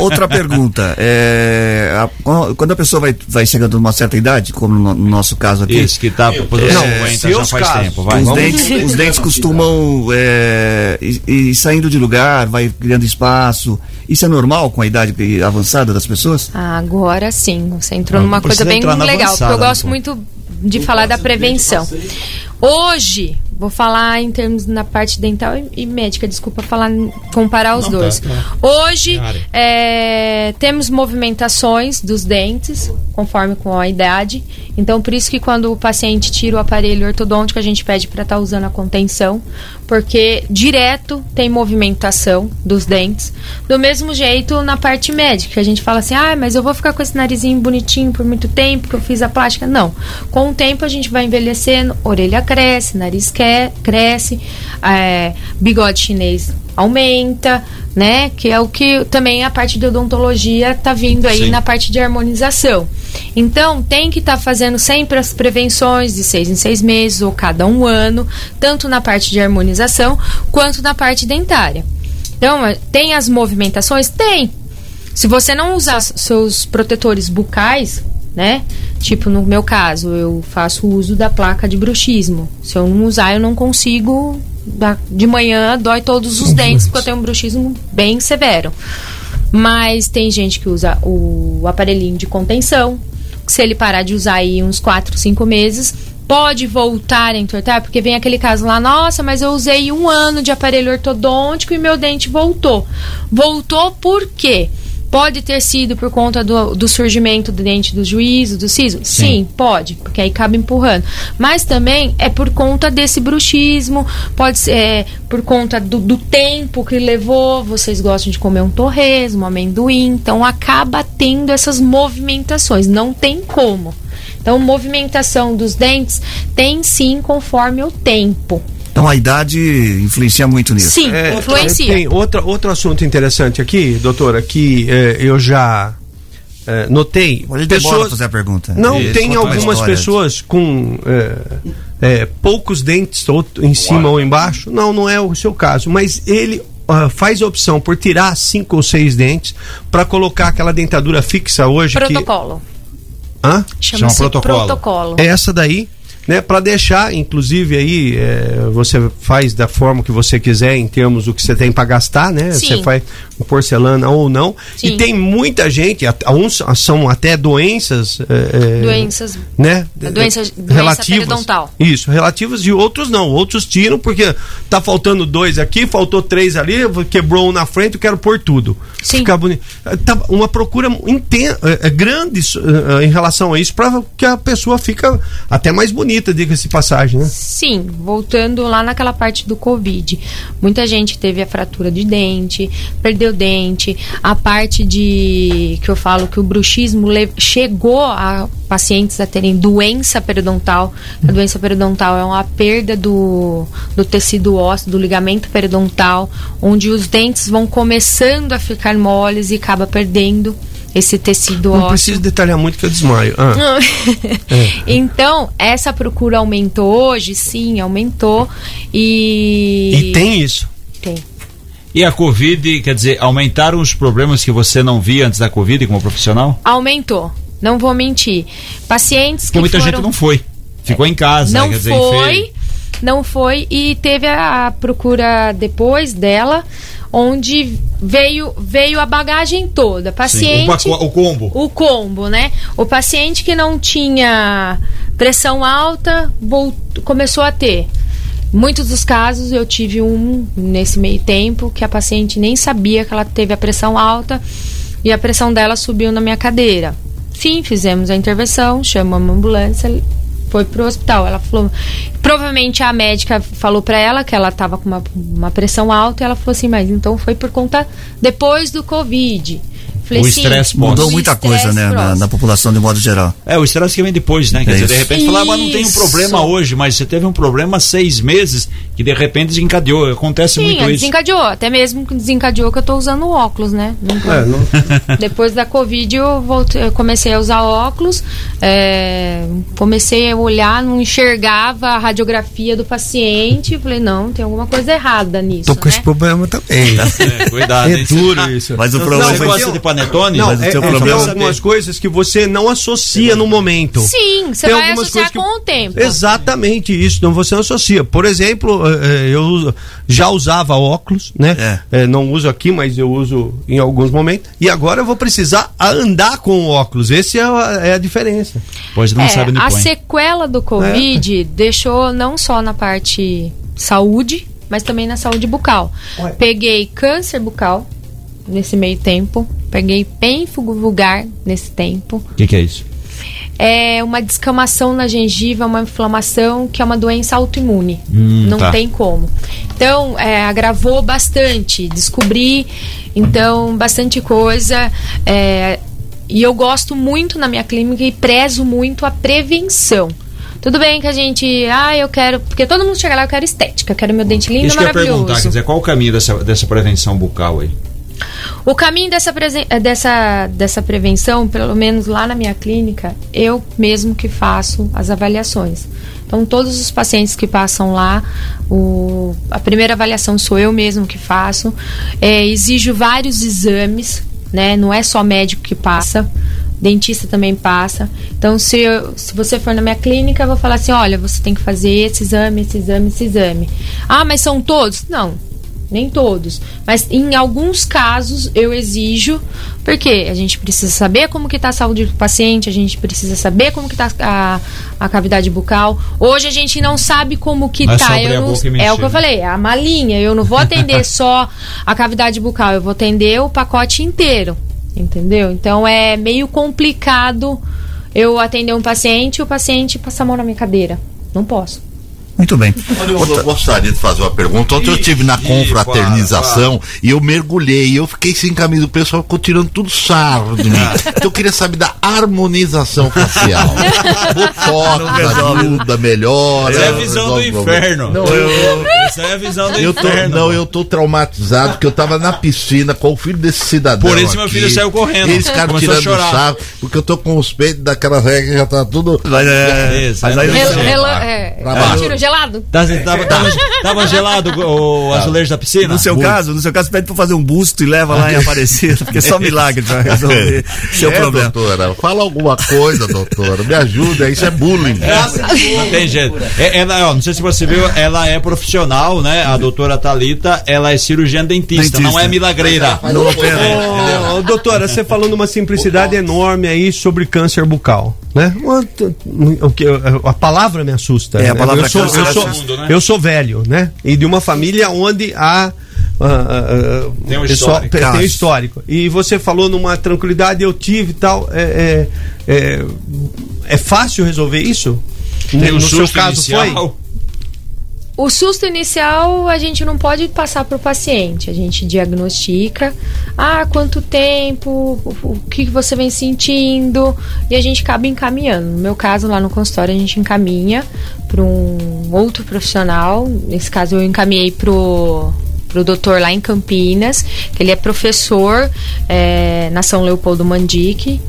Speaker 2: Outra pergunta. É, a- quando- quando a pessoa vai, vai chegando numa certa idade, como no, no nosso caso aqui.
Speaker 3: Isso, que tá por-
Speaker 2: é,
Speaker 3: não aguenta, já faz tempo, vai.
Speaker 2: Os
Speaker 3: Vamos-
Speaker 2: dentes, os dentes costumam é, ir, ir saindo de lugar, vai criando espaço. Isso é normal com a idade que- avançada das pessoas?
Speaker 4: Ah, Agora sim, você entrou
Speaker 2: Não,
Speaker 4: numa
Speaker 2: não
Speaker 4: coisa
Speaker 2: precisa
Speaker 4: bem
Speaker 2: entrar na
Speaker 4: legal,
Speaker 2: avançada,
Speaker 4: porque eu
Speaker 2: né,
Speaker 4: gosto
Speaker 2: pô?
Speaker 4: muito de falar da prevenção. Hoje, vou falar em termos na parte dental e, e médica, desculpa falar comparar os
Speaker 18: Não, tá,
Speaker 4: dois.
Speaker 18: tá.
Speaker 4: Hoje
Speaker 18: É área.
Speaker 4: é, temos movimentações dos dentes conforme com a idade. Então, por isso que quando o paciente tira o aparelho ortodôntico, a gente pede para estar usando a contenção, porque direto tem movimentação dos dentes. Do mesmo jeito na parte médica, que a gente fala assim: "Ah, mas eu vou ficar com esse narizinho bonitinho por muito tempo que eu fiz a plástica". Não. Com o tempo a gente vai envelhecendo, orelha cresce, nariz que- cresce, é, bigode chinês aumenta, né? Que é o que também a parte de odontologia tá vindo aí
Speaker 18: Sim.
Speaker 4: na parte de harmonização. Então, tem que estar fazendo sempre as prevenções de seis em seis meses ou cada um ano, tanto na parte de harmonização quanto na parte dentária. Então, eh, tem as movimentações? Tem. Se você não usar s- seus protetores bucais, né? Tipo, no meu caso, eu faço uso da placa de bruxismo. Se eu não usar, eu não consigo. da- De manhã dói todos os dentes, porque eu tenho um bruxismo bem severo. Mas tem gente que usa o aparelhinho de contenção. que Se ele parar de usar aí uns 4, 5 meses, pode voltar a entortar, porque vem aquele caso lá, nossa, mas eu usei um ano de aparelho ortodôntico e meu dente voltou. Voltou por quê? Pode ter sido por conta do, do surgimento do dente do juízo, do siso? Sim. pode, porque aí acaba empurrando. Mas também é por conta desse bruxismo, pode ser é, por conta do, do tempo que levou. Vocês gostam de comer um torresmo, um amendoim, então acaba tendo essas movimentações, não tem como. Então, movimentação dos dentes tem sim conforme o tempo.
Speaker 2: Então a idade influencia muito nisso.
Speaker 4: Sim, influencia.
Speaker 1: É, Tem outra, outro assunto interessante aqui, doutora, que eh, eu já eh, notei.
Speaker 2: Ele demora pra fazer a pergunta.
Speaker 1: Não,
Speaker 2: Ele
Speaker 1: tem
Speaker 2: conta uma
Speaker 1: algumas
Speaker 2: história.
Speaker 1: pessoas com eh, eh, poucos dentes ou em cima ou embaixo. Não, não é o seu caso. Mas ele ah, faz a opção por tirar cinco ou seis dentes para colocar aquela dentadura fixa hoje.
Speaker 4: Protocolo.
Speaker 1: Que, Hã?
Speaker 4: Chama-se Chama protocolo. protocolo.
Speaker 1: É essa daí, né? Para deixar, inclusive aí eh, você faz da forma que você quiser em termos do que você tem para gastar, né?
Speaker 4: Sim.
Speaker 1: Você faz com porcelana ou não.
Speaker 4: Sim.
Speaker 1: E tem muita gente, a- a uns são até doenças, eh, eh,
Speaker 4: Doenças.
Speaker 1: né?
Speaker 4: É, doença- doença periodontal.
Speaker 1: Isso, relativas e outros não. Outros tiram porque tá faltando dois aqui, faltou três ali, quebrou um na frente, eu quero pôr tudo. Ficar bonito. Eh, Tá uma procura inten- eh, eh, grande so- eh, eh, em relação a isso para que a pessoa fica até mais bonita, diga-se de passagem, né?
Speaker 4: Sim, voltando lá naquela parte do Covid. Muita gente teve a fratura de dente, perdeu dente. A parte de. que eu falo que o bruxismo le- chegou a pacientes a terem doença periodontal. A doença periodontal é uma perda do, do tecido ósseo, do ligamento periodontal, onde os dentes vão começando a ficar moles e acaba perdendo esse tecido
Speaker 1: Não
Speaker 4: ósseo.
Speaker 1: preciso detalhar muito que eu desmaio. Ah, É.
Speaker 4: Então, essa procura aumentou hoje? Sim, aumentou. E.
Speaker 3: E
Speaker 1: tem isso?
Speaker 4: Tem.
Speaker 3: E a Covid, quer dizer, aumentaram os problemas que você não via antes da Covid como profissional?
Speaker 4: Aumentou. Não vou mentir. Pacientes que.
Speaker 3: Porque muita
Speaker 4: foram...
Speaker 3: gente não foi. Ficou em casa,
Speaker 4: Não
Speaker 3: né? Quer dizer,
Speaker 4: foi.
Speaker 3: enfeio.
Speaker 4: Não foi. E teve a, a procura depois dela, onde veio, veio a bagagem toda. Paciente.
Speaker 3: o paco- o combo.
Speaker 4: O combo, né? O paciente que não tinha pressão alta vol- começou a ter. Muitos dos casos eu tive um nesse meio tempo que a paciente nem sabia que ela teve a pressão alta e a pressão dela subiu na minha cadeira. Sim, fizemos a intervenção, chamamos a ambulância, foi pro hospital. Ela falou, provavelmente a médica falou pra ela que ela tava com uma, uma pressão alta e ela falou assim, mas então foi por conta depois do Covid. Falei, "Sim,
Speaker 19: Mudou
Speaker 4: o
Speaker 19: muita coisa,
Speaker 4: estresse
Speaker 19: né? Na,
Speaker 4: pós.
Speaker 19: na população de modo geral.
Speaker 3: É, o estresse que vem depois, né? Quer
Speaker 19: É
Speaker 3: dizer, de
Speaker 19: isso.
Speaker 3: repente falar, mas não tem um problema
Speaker 4: Isso.
Speaker 3: hoje, mas você teve um problema há seis meses que de repente desencadeou. Acontece
Speaker 4: Sim, é
Speaker 3: muito isso.
Speaker 4: desencadeou. Até mesmo que desencadeou que eu tô usando óculos, né? Não
Speaker 1: É,
Speaker 4: tô- Depois da Covid eu, voltei, eu comecei a usar óculos, é, comecei a olhar, não enxergava a radiografia do paciente. Falei, não, tem alguma coisa errada nisso. né?
Speaker 1: Tô com esse problema também.
Speaker 19: Tá
Speaker 3: É, cuidado,
Speaker 1: É
Speaker 3: hein?
Speaker 1: duro isso.
Speaker 3: Mas o problema- Você gosta de panetone?
Speaker 1: Não,
Speaker 3: Mas o
Speaker 1: é,
Speaker 3: teu
Speaker 19: um
Speaker 1: é,
Speaker 3: problema-
Speaker 1: Tem algumas coisas que você não associa no momento.
Speaker 4: Sim, você
Speaker 1: Tem
Speaker 4: vai
Speaker 1: algumas
Speaker 4: associar
Speaker 1: coisas que-
Speaker 4: com o tempo.
Speaker 1: Exatamente isso, não você não associa. Por exemplo, eh, eh, eu uso- já usava óculos, né?
Speaker 19: É.
Speaker 1: Eh, Não uso aqui, mas eu uso em alguns momentos. E agora eu vou precisar a- andar com o óculos. Essa é a, é a diferença.
Speaker 3: Pois
Speaker 4: É, a sequela do Covid deixou não só na parte saúde, mas também na saúde bucal. Peguei câncer bucal nesse meio tempo, peguei penfo vulgar nesse tempo.
Speaker 3: O que, que é isso?
Speaker 4: É uma descamação na gengiva, uma inflamação que é uma doença autoimune.
Speaker 3: Hum,
Speaker 4: não
Speaker 3: tá.
Speaker 4: tem como. Então, é, agravou bastante. Descobri, então, bastante coisa. é, e eu gosto muito na minha clínica e prezo muito a prevenção. Tudo bem que a gente. Ah, eu quero. Porque todo mundo chega lá, eu quero estética, eu quero meu dente lindo,
Speaker 3: isso que eu ia perguntar,
Speaker 4: maravilhoso.
Speaker 3: quer dizer, qual o caminho dessa, dessa prevenção bucal aí?
Speaker 4: O caminho dessa, presen- eh, dessa, dessa prevenção, pelo menos lá na minha clínica, eu mesmo que faço as avaliações. Então, todos os pacientes que passam lá, o- a primeira avaliação sou eu mesmo que faço. Eh, exijo vários exames, né? Não é só médico que passa, dentista também passa. Então, se, eu- se você for na minha clínica, eu vou falar assim: olha, você tem que fazer esse exame, esse exame, esse exame. Ah, mas são todos? Não. Nem todos, mas em alguns casos eu exijo, porque a gente precisa saber como que está a saúde do paciente, a gente precisa saber como que está a, a cavidade bucal. Hoje a gente não sabe como que
Speaker 20: Não é só
Speaker 4: tá.
Speaker 20: abrir a
Speaker 4: Eu não-
Speaker 20: boca e
Speaker 4: é
Speaker 20: mexer,
Speaker 4: o que eu
Speaker 20: né?
Speaker 4: falei, é a malinha. Eu não vou atender só a cavidade bucal, eu vou atender o pacote inteiro, entendeu? Então é meio complicado eu atender um paciente e o paciente passar a mão na minha cadeira. Não posso.
Speaker 19: Muito bem.
Speaker 2: Olha, eu go- gostaria de fazer uma pergunta. Ontem eu tive na confraternização e eu mergulhei, eu fiquei sem camisa, o pessoal ficou tirando tudo sarro de
Speaker 3: Ah.
Speaker 2: mim. Então eu queria saber da harmonização facial. Botox, ajuda, melhora.
Speaker 3: Essa é a visão do
Speaker 2: resolve o problema.
Speaker 3: inferno.
Speaker 2: Não, eu,
Speaker 3: Essa é a visão do
Speaker 2: eu tô,
Speaker 3: inferno.
Speaker 2: não, eu tô traumatizado porque eu tava na piscina com o filho desse cidadão.
Speaker 3: Por isso meu
Speaker 2: aqui.
Speaker 3: filho saiu correndo.
Speaker 2: Eles ficaram
Speaker 3: Começou a
Speaker 2: tirando
Speaker 3: chorar.
Speaker 2: sarro, porque eu tô com os peitos daquela regra que já tá tudo. Mas,
Speaker 3: é, mas aí-
Speaker 4: Relo- relo- é,
Speaker 2: Pra baixo.
Speaker 4: tiro gelado?
Speaker 3: Tá- Tava, tava- tava gelado o o azulejo da piscina?
Speaker 19: No seu
Speaker 3: Muito.
Speaker 19: caso, no seu caso, pede pra fazer um busto e leva lá em Aparecida, porque é só milagre pra resolver seu
Speaker 2: é,
Speaker 19: problema.
Speaker 2: doutora, fala alguma coisa, doutora. Me ajuda, isso é bullying.
Speaker 3: Não tem jeito. É, ela, ó, não sei se você viu, ela é profissional, né? A doutora Thalita, ela é cirurgiã dentista,
Speaker 1: Dentista.
Speaker 3: não é milagreira.
Speaker 1: Ô, ô, doutora, você falou numa simplicidade enorme aí sobre câncer bucal, né? Uma- t- o que- A palavra me assusta. né?
Speaker 19: É, a palavra
Speaker 1: eu sou,
Speaker 19: câncer
Speaker 1: eu
Speaker 19: assusta
Speaker 1: sou-
Speaker 19: todo mundo, né?
Speaker 1: eu sou velho, né? E de uma família onde há... ah, ah, ah,
Speaker 19: Tem um
Speaker 1: pessoal-
Speaker 19: histórico.
Speaker 1: pe- Tem um
Speaker 19: Casos.
Speaker 1: histórico. E você falou numa tranquilidade, eu tive e tal. É, é, é, é fácil resolver isso?
Speaker 3: Tem um
Speaker 1: no seu
Speaker 3: susto
Speaker 1: caso
Speaker 3: inicial.
Speaker 1: foi?
Speaker 4: O susto inicial a gente não pode passar para o paciente. A gente diagnostica. Ah, quanto tempo? O o que que você vem sentindo? E a gente acaba encaminhando. No meu caso, lá no consultório, a gente encaminha para um outro profissional. Nesse caso, eu encaminhei pro pro doutor lá em Campinas, que ele é professor é, na São Leopoldo Mandique.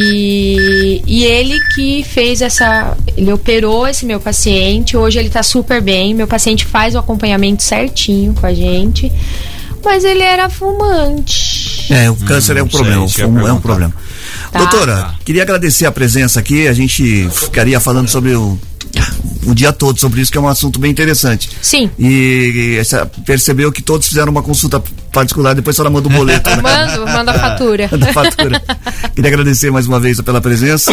Speaker 4: E, e ele que fez essa. Ele operou esse meu paciente. Hoje ele tá super bem. Meu paciente faz o acompanhamento certinho com a gente. Mas ele era fumante.
Speaker 19: É, o câncer é um
Speaker 4: não sei,
Speaker 19: problema.
Speaker 4: isso que eu
Speaker 19: fumo
Speaker 4: ia
Speaker 19: é um problema.
Speaker 4: Tá.
Speaker 19: Doutora, queria agradecer a presença aqui. A gente ficaria falando sobre o
Speaker 10: o dia todo sobre isso, que é um assunto bem interessante.
Speaker 2: Sim.
Speaker 10: E, e essa- percebeu que todos fizeram uma consulta particular, depois a senhora manda o boleto. né?
Speaker 2: Mando, manda
Speaker 3: Ah.
Speaker 2: a fatura.
Speaker 10: Manda a fatura. Queria agradecer mais uma vez pela presença.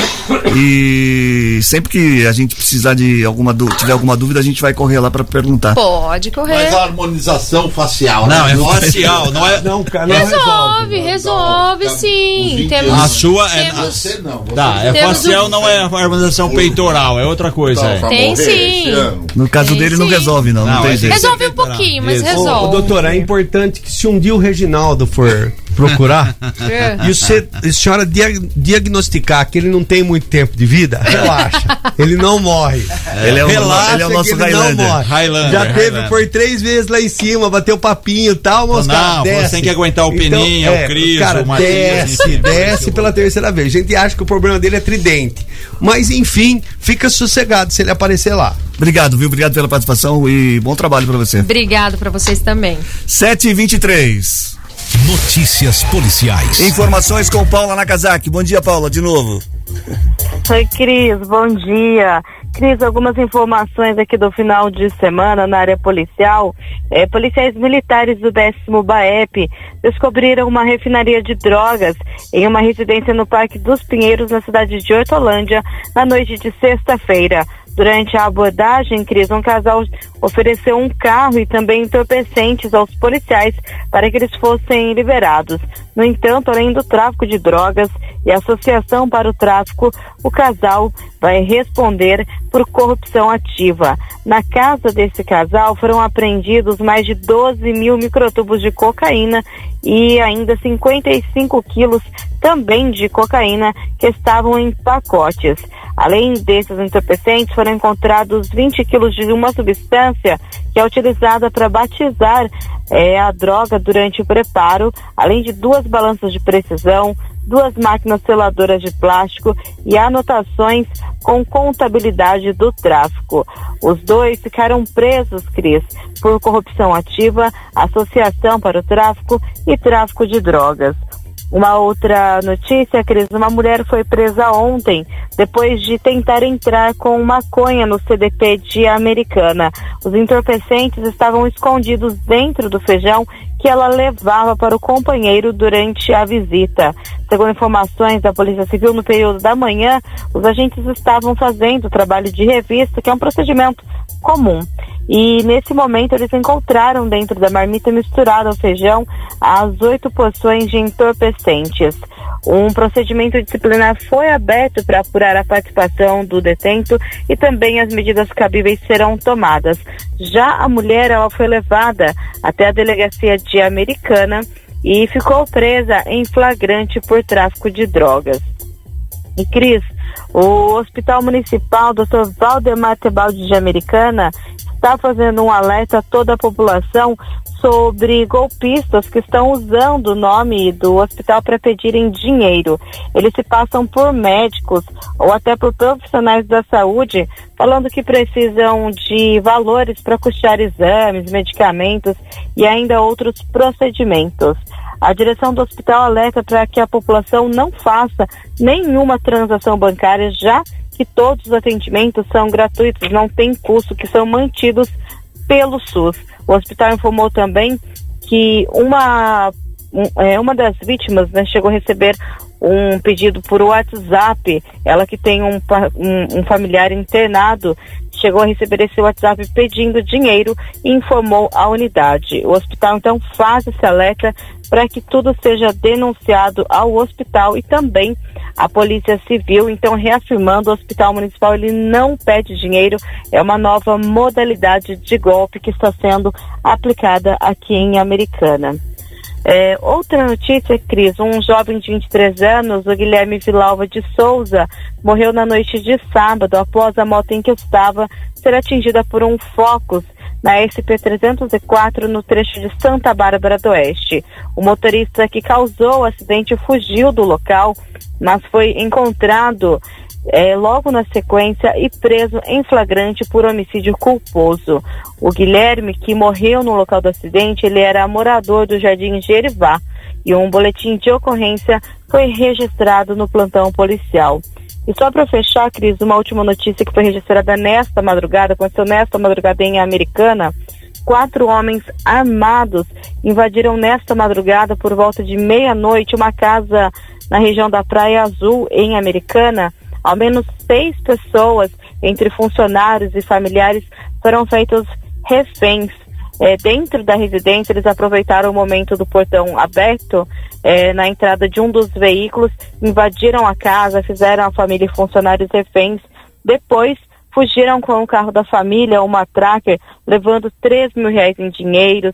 Speaker 10: E sempre que a gente precisar de alguma dú- tiver alguma dúvida, a gente vai correr lá para perguntar.
Speaker 2: Pode correr.
Speaker 21: Mas a harmonização facial.
Speaker 3: Não,
Speaker 21: né?
Speaker 3: é
Speaker 21: Nossa.
Speaker 3: facial, não é.
Speaker 1: Não, cara,
Speaker 2: Resolve, resolve sim. Temos,
Speaker 3: A sua é.
Speaker 2: temos-
Speaker 3: Você não. Tá, é
Speaker 4: um-
Speaker 2: Temos
Speaker 3: facial,
Speaker 2: o-
Speaker 3: não é harmonização peitoral, é outra coisa. é.
Speaker 2: Tem sim.
Speaker 10: No caso
Speaker 2: Tem
Speaker 10: dele, não
Speaker 2: sim.
Speaker 10: resolve, não. Não,
Speaker 3: Não,
Speaker 10: tem
Speaker 3: é
Speaker 10: jeito.
Speaker 2: Resolve um pouquinho, mas
Speaker 1: Isso. Ô, ô,
Speaker 2: resolve.
Speaker 1: doutora, é importante que se um dia o Reginaldo for procurar
Speaker 2: É.
Speaker 1: e você, e a senhora dia- diagnosticar que ele não tem muito tempo de vida, relaxa. Ele não morre.
Speaker 10: É.
Speaker 3: um-
Speaker 10: Ele é o-
Speaker 1: relaxa
Speaker 10: ele é o nosso
Speaker 1: que ele
Speaker 10: Highlander.
Speaker 1: Não morre.
Speaker 3: Highlander, é
Speaker 1: Já teve
Speaker 3: Highlander.
Speaker 1: por três vezes lá em cima, bateu papinho e tal, mas os
Speaker 3: Não,
Speaker 1: caras
Speaker 3: você
Speaker 1: descem. Então, é,
Speaker 3: tem que aguentar o Peninha, o Cris,
Speaker 1: cara
Speaker 3: o Matias,
Speaker 1: Desce,
Speaker 3: enfim.
Speaker 1: desce pela terceira vez. A gente acha que o problema dele é tridente. Mas enfim, fica sossegado se ele aparecer lá.
Speaker 10: Obrigado, viu? Obrigado pela participação e bom trabalho para você.
Speaker 2: Obrigado pra vocês também.
Speaker 10: 7h23.
Speaker 22: Notícias policiais.
Speaker 10: Informações com Paula Nakazaki. Bom dia, Paula, de novo.
Speaker 4: Oi, Cris, bom dia. Cris, algumas informações aqui do final de semana na área policial.
Speaker 23: É,
Speaker 4: Eh, policiais militares do décimo BAEP descobriram uma refinaria de drogas em uma residência no Parque dos Pinheiros, na cidade de Hortolândia, na noite de sexta-feira. Durante a abordagem, Cris, um casal ofereceu um carro e também entorpecentes aos policiais para que eles fossem liberados. No entanto, além do tráfico de drogas e associação para o tráfico, o casal vai responder por corrupção ativa. Na casa desse casal foram apreendidos mais de 12 mil microtubos de cocaína e ainda 55 quilos também de cocaína que estavam em pacotes. Além desses entorpecentes, foram encontrados 20 quilos de uma substância que é utilizada para batizar
Speaker 3: é,
Speaker 4: eh, a droga durante o preparo, além de duas balanças de precisão, duas máquinas seladoras de plástico e anotações com contabilidade do tráfico. Os dois ficaram presos, Cris, por corrupção ativa, associação para o tráfico e tráfico de drogas. Uma outra notícia, Cris, uma mulher foi presa ontem depois de tentar entrar com maconha no CDP de Americana. Os entorpecentes estavam escondidos dentro do feijão que ela levava para o companheiro durante a visita. Segundo informações da Polícia Civil, no período da manhã, os agentes estavam fazendo o trabalho de revista, que é um procedimento comum. E nesse momento eles encontraram dentro da marmita misturada ao feijão as oito poções de entorpecentes. Um procedimento disciplinar foi aberto para apurar a participação do detento e também as medidas cabíveis serão tomadas. Já a mulher ela foi levada até a delegacia de Americana e ficou presa em flagrante por tráfico de drogas. E Cris, o Hospital Municipal Dr. Valdemar Tebaldi de Americana está fazendo um alerta a toda a população sobre golpistas que estão usando o nome do hospital para pedirem dinheiro. Eles se passam por médicos ou até por profissionais da saúde, falando que precisam de valores para custear exames, medicamentos e ainda outros procedimentos. A direção do hospital alerta para que a população não faça nenhuma transação bancária, já que todos os atendimentos são gratuitos, não tem custo, que são mantidos pelo SUS. O hospital informou também que uma, um- é, uma das vítimas né, chegou a receber um pedido por WhatsApp, ela que tem um, pa- um- um familiar internado chegou a receber esse WhatsApp pedindo dinheiro e informou a unidade. O hospital então faz esse alerta para que tudo seja denunciado ao hospital e também à Polícia Civil. Então, reafirmando, o Hospital Municipal ele não pede dinheiro, é uma nova modalidade de golpe que está sendo aplicada aqui em Americana. É, outra notícia, Cris, um jovem de 23 anos, o Guilherme Vilauva de Souza, morreu na noite de sábado após a moto em que estava ser atingida por um Focus na SP-304 no trecho de Santa Bárbara do Oeste. O motorista que causou o acidente fugiu do local, mas foi encontrado é, logo na sequência e preso em flagrante por homicídio culposo. O Guilherme, que morreu no local do acidente, ele era morador do Jardim Gerivá e um boletim de ocorrência foi registrado no plantão policial.
Speaker 23: E só para fechar, Cris, uma última notícia que foi registrada nesta madrugada, aconteceu nesta madrugada em Americana. Quatro homens armados invadiram nesta madrugada, por volta de meia-noite, uma casa na região da Praia Azul, em Americana. Ao menos seis pessoas, entre funcionários e familiares, foram feitos reféns. É, dentro da residência, eles aproveitaram o momento do portão aberto é, na entrada de um dos veículos, invadiram a casa, fizeram a família e funcionários reféns. Depois, fugiram com o carro da família, uma tracker, levando 3 mil reais em dinheiros,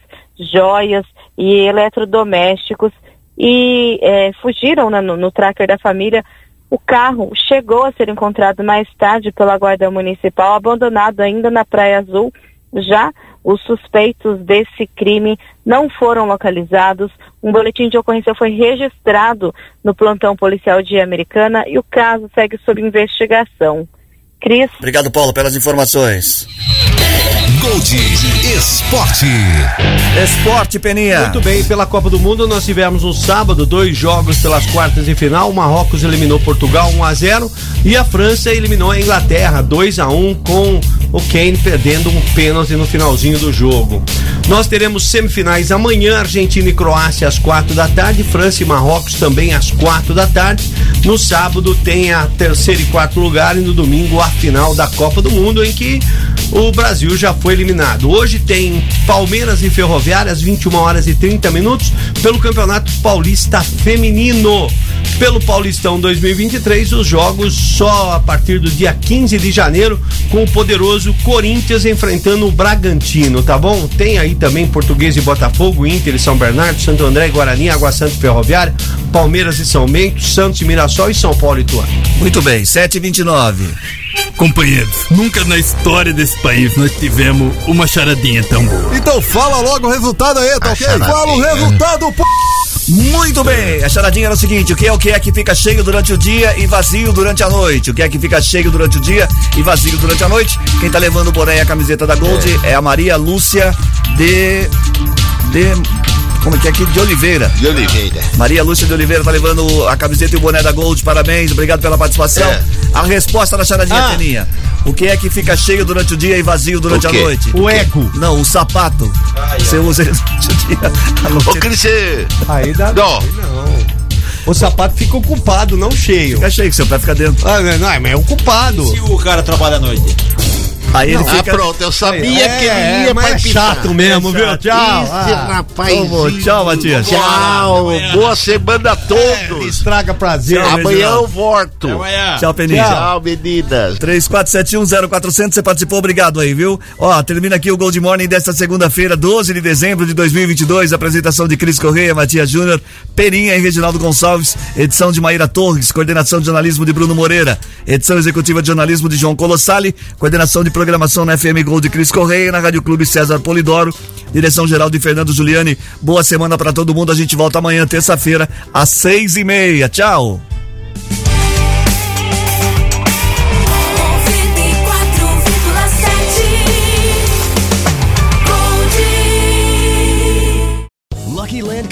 Speaker 23: joias e eletrodomésticos. E é, fugiram né, no, no tracker da família. O carro chegou a ser encontrado mais tarde pela Guarda Municipal, abandonado ainda na Praia Azul. Já os suspeitos desse crime não foram localizados. Um boletim de ocorrência foi registrado no plantão policial de Americana e o caso segue sob investigação. Cris.
Speaker 1: Obrigado, Paulo, pelas informações.
Speaker 24: Gold Esporte.
Speaker 1: Esporte, Peninha.
Speaker 3: Muito bem, pela Copa do Mundo nós tivemos no sábado dois jogos pelas quartas de final. O Marrocos eliminou Portugal 1 a 0 e a França eliminou a Inglaterra 2 a 1 com o Kane perdendo um pênalti no finalzinho do jogo. Nós teremos semifinais amanhã, Argentina e Croácia às quatro da tarde, França e Marrocos também às quatro da tarde. No sábado tem a terceira e quarto lugar e no domingo a final da Copa do Mundo em que o Brasil já foi eliminado. Hoje tem Palmeiras e Ferroviária às 21 horas e 30 minutos pelo Campeonato Paulista Feminino. Pelo Paulistão 2023, os jogos só a partir do dia 15 de janeiro com o poderoso Corinthians enfrentando o Bragantino, tá bom? Tem aí também Português e Botafogo, Inter e São Bernardo, Santo André e Guarani, Água Santa e Ferroviária, Palmeiras e São Bento, Santos e Mirassol e São Paulo e Tuano.
Speaker 1: Muito bem, 7h29.
Speaker 25: Companheiros, nunca na história desse país nós tivemos uma charadinha tão boa.
Speaker 26: Então fala logo o resultado aí, tá ok? Fala o resultado, p...
Speaker 1: Muito bem, a charadinha era o seguinte: o que é o que é que fica cheio durante o dia e vazio durante a noite? O que é que fica cheio durante o dia e vazio durante a noite? Quem tá levando o boné e a camiseta da Gold é, a Maria Lúcia de. de. Como é que é aqui? De Oliveira.
Speaker 2: De Oliveira.
Speaker 1: Maria Lúcia de Oliveira tá levando a camiseta e o boné da Gold, parabéns, obrigado pela participação.
Speaker 2: É.
Speaker 1: A resposta da charadinha,
Speaker 2: Ah.
Speaker 1: Peninha. O que é que fica cheio durante o dia e vazio durante
Speaker 2: O
Speaker 1: a
Speaker 2: quê?
Speaker 1: noite?
Speaker 2: O
Speaker 1: eco. Não, o sapato. Você usa ele durante o dia. A
Speaker 2: Ô, Cris, você.
Speaker 3: Aí dá
Speaker 2: Não.
Speaker 3: O sapato fica ocupado, não cheio. Fica
Speaker 1: cheio que seu pé fica dentro.
Speaker 3: Ah, não, não, mas é ocupado.
Speaker 27: Se o cara trabalha à noite.
Speaker 1: Aí
Speaker 2: ele fica- Aí, é, é, mas é chato mesmo, viu? Tchau. Ah, eu vou.
Speaker 1: Tchau, Matias.
Speaker 2: Tchau. É, Boa semana a todos.
Speaker 3: É, estraga prazer.
Speaker 2: Amanhã eu volto.
Speaker 1: Tchau, Peninha.
Speaker 2: Tchau, meninas.
Speaker 1: 34710400, você participou, obrigado aí, viu? Ó, termina aqui o Gold Morning desta segunda-feira, 12 de dezembro de 2022, apresentação de Cris Correia, Matias Júnior, Perinha e Reginaldo Gonçalves, edição de Maíra Torres, coordenação de jornalismo de Bruno Moreira, edição executiva de jornalismo de João Colossali, coordenação de programação na FM Gold de Cris Correia, na Rádio Clube César Polidoro, direção geral de Fernando Giuliani. Boa semana pra todo mundo, a gente volta amanhã, terça-feira, às seis e meia. Tchau!
Speaker 28: 94,7 Gold.
Speaker 4: Lucky Land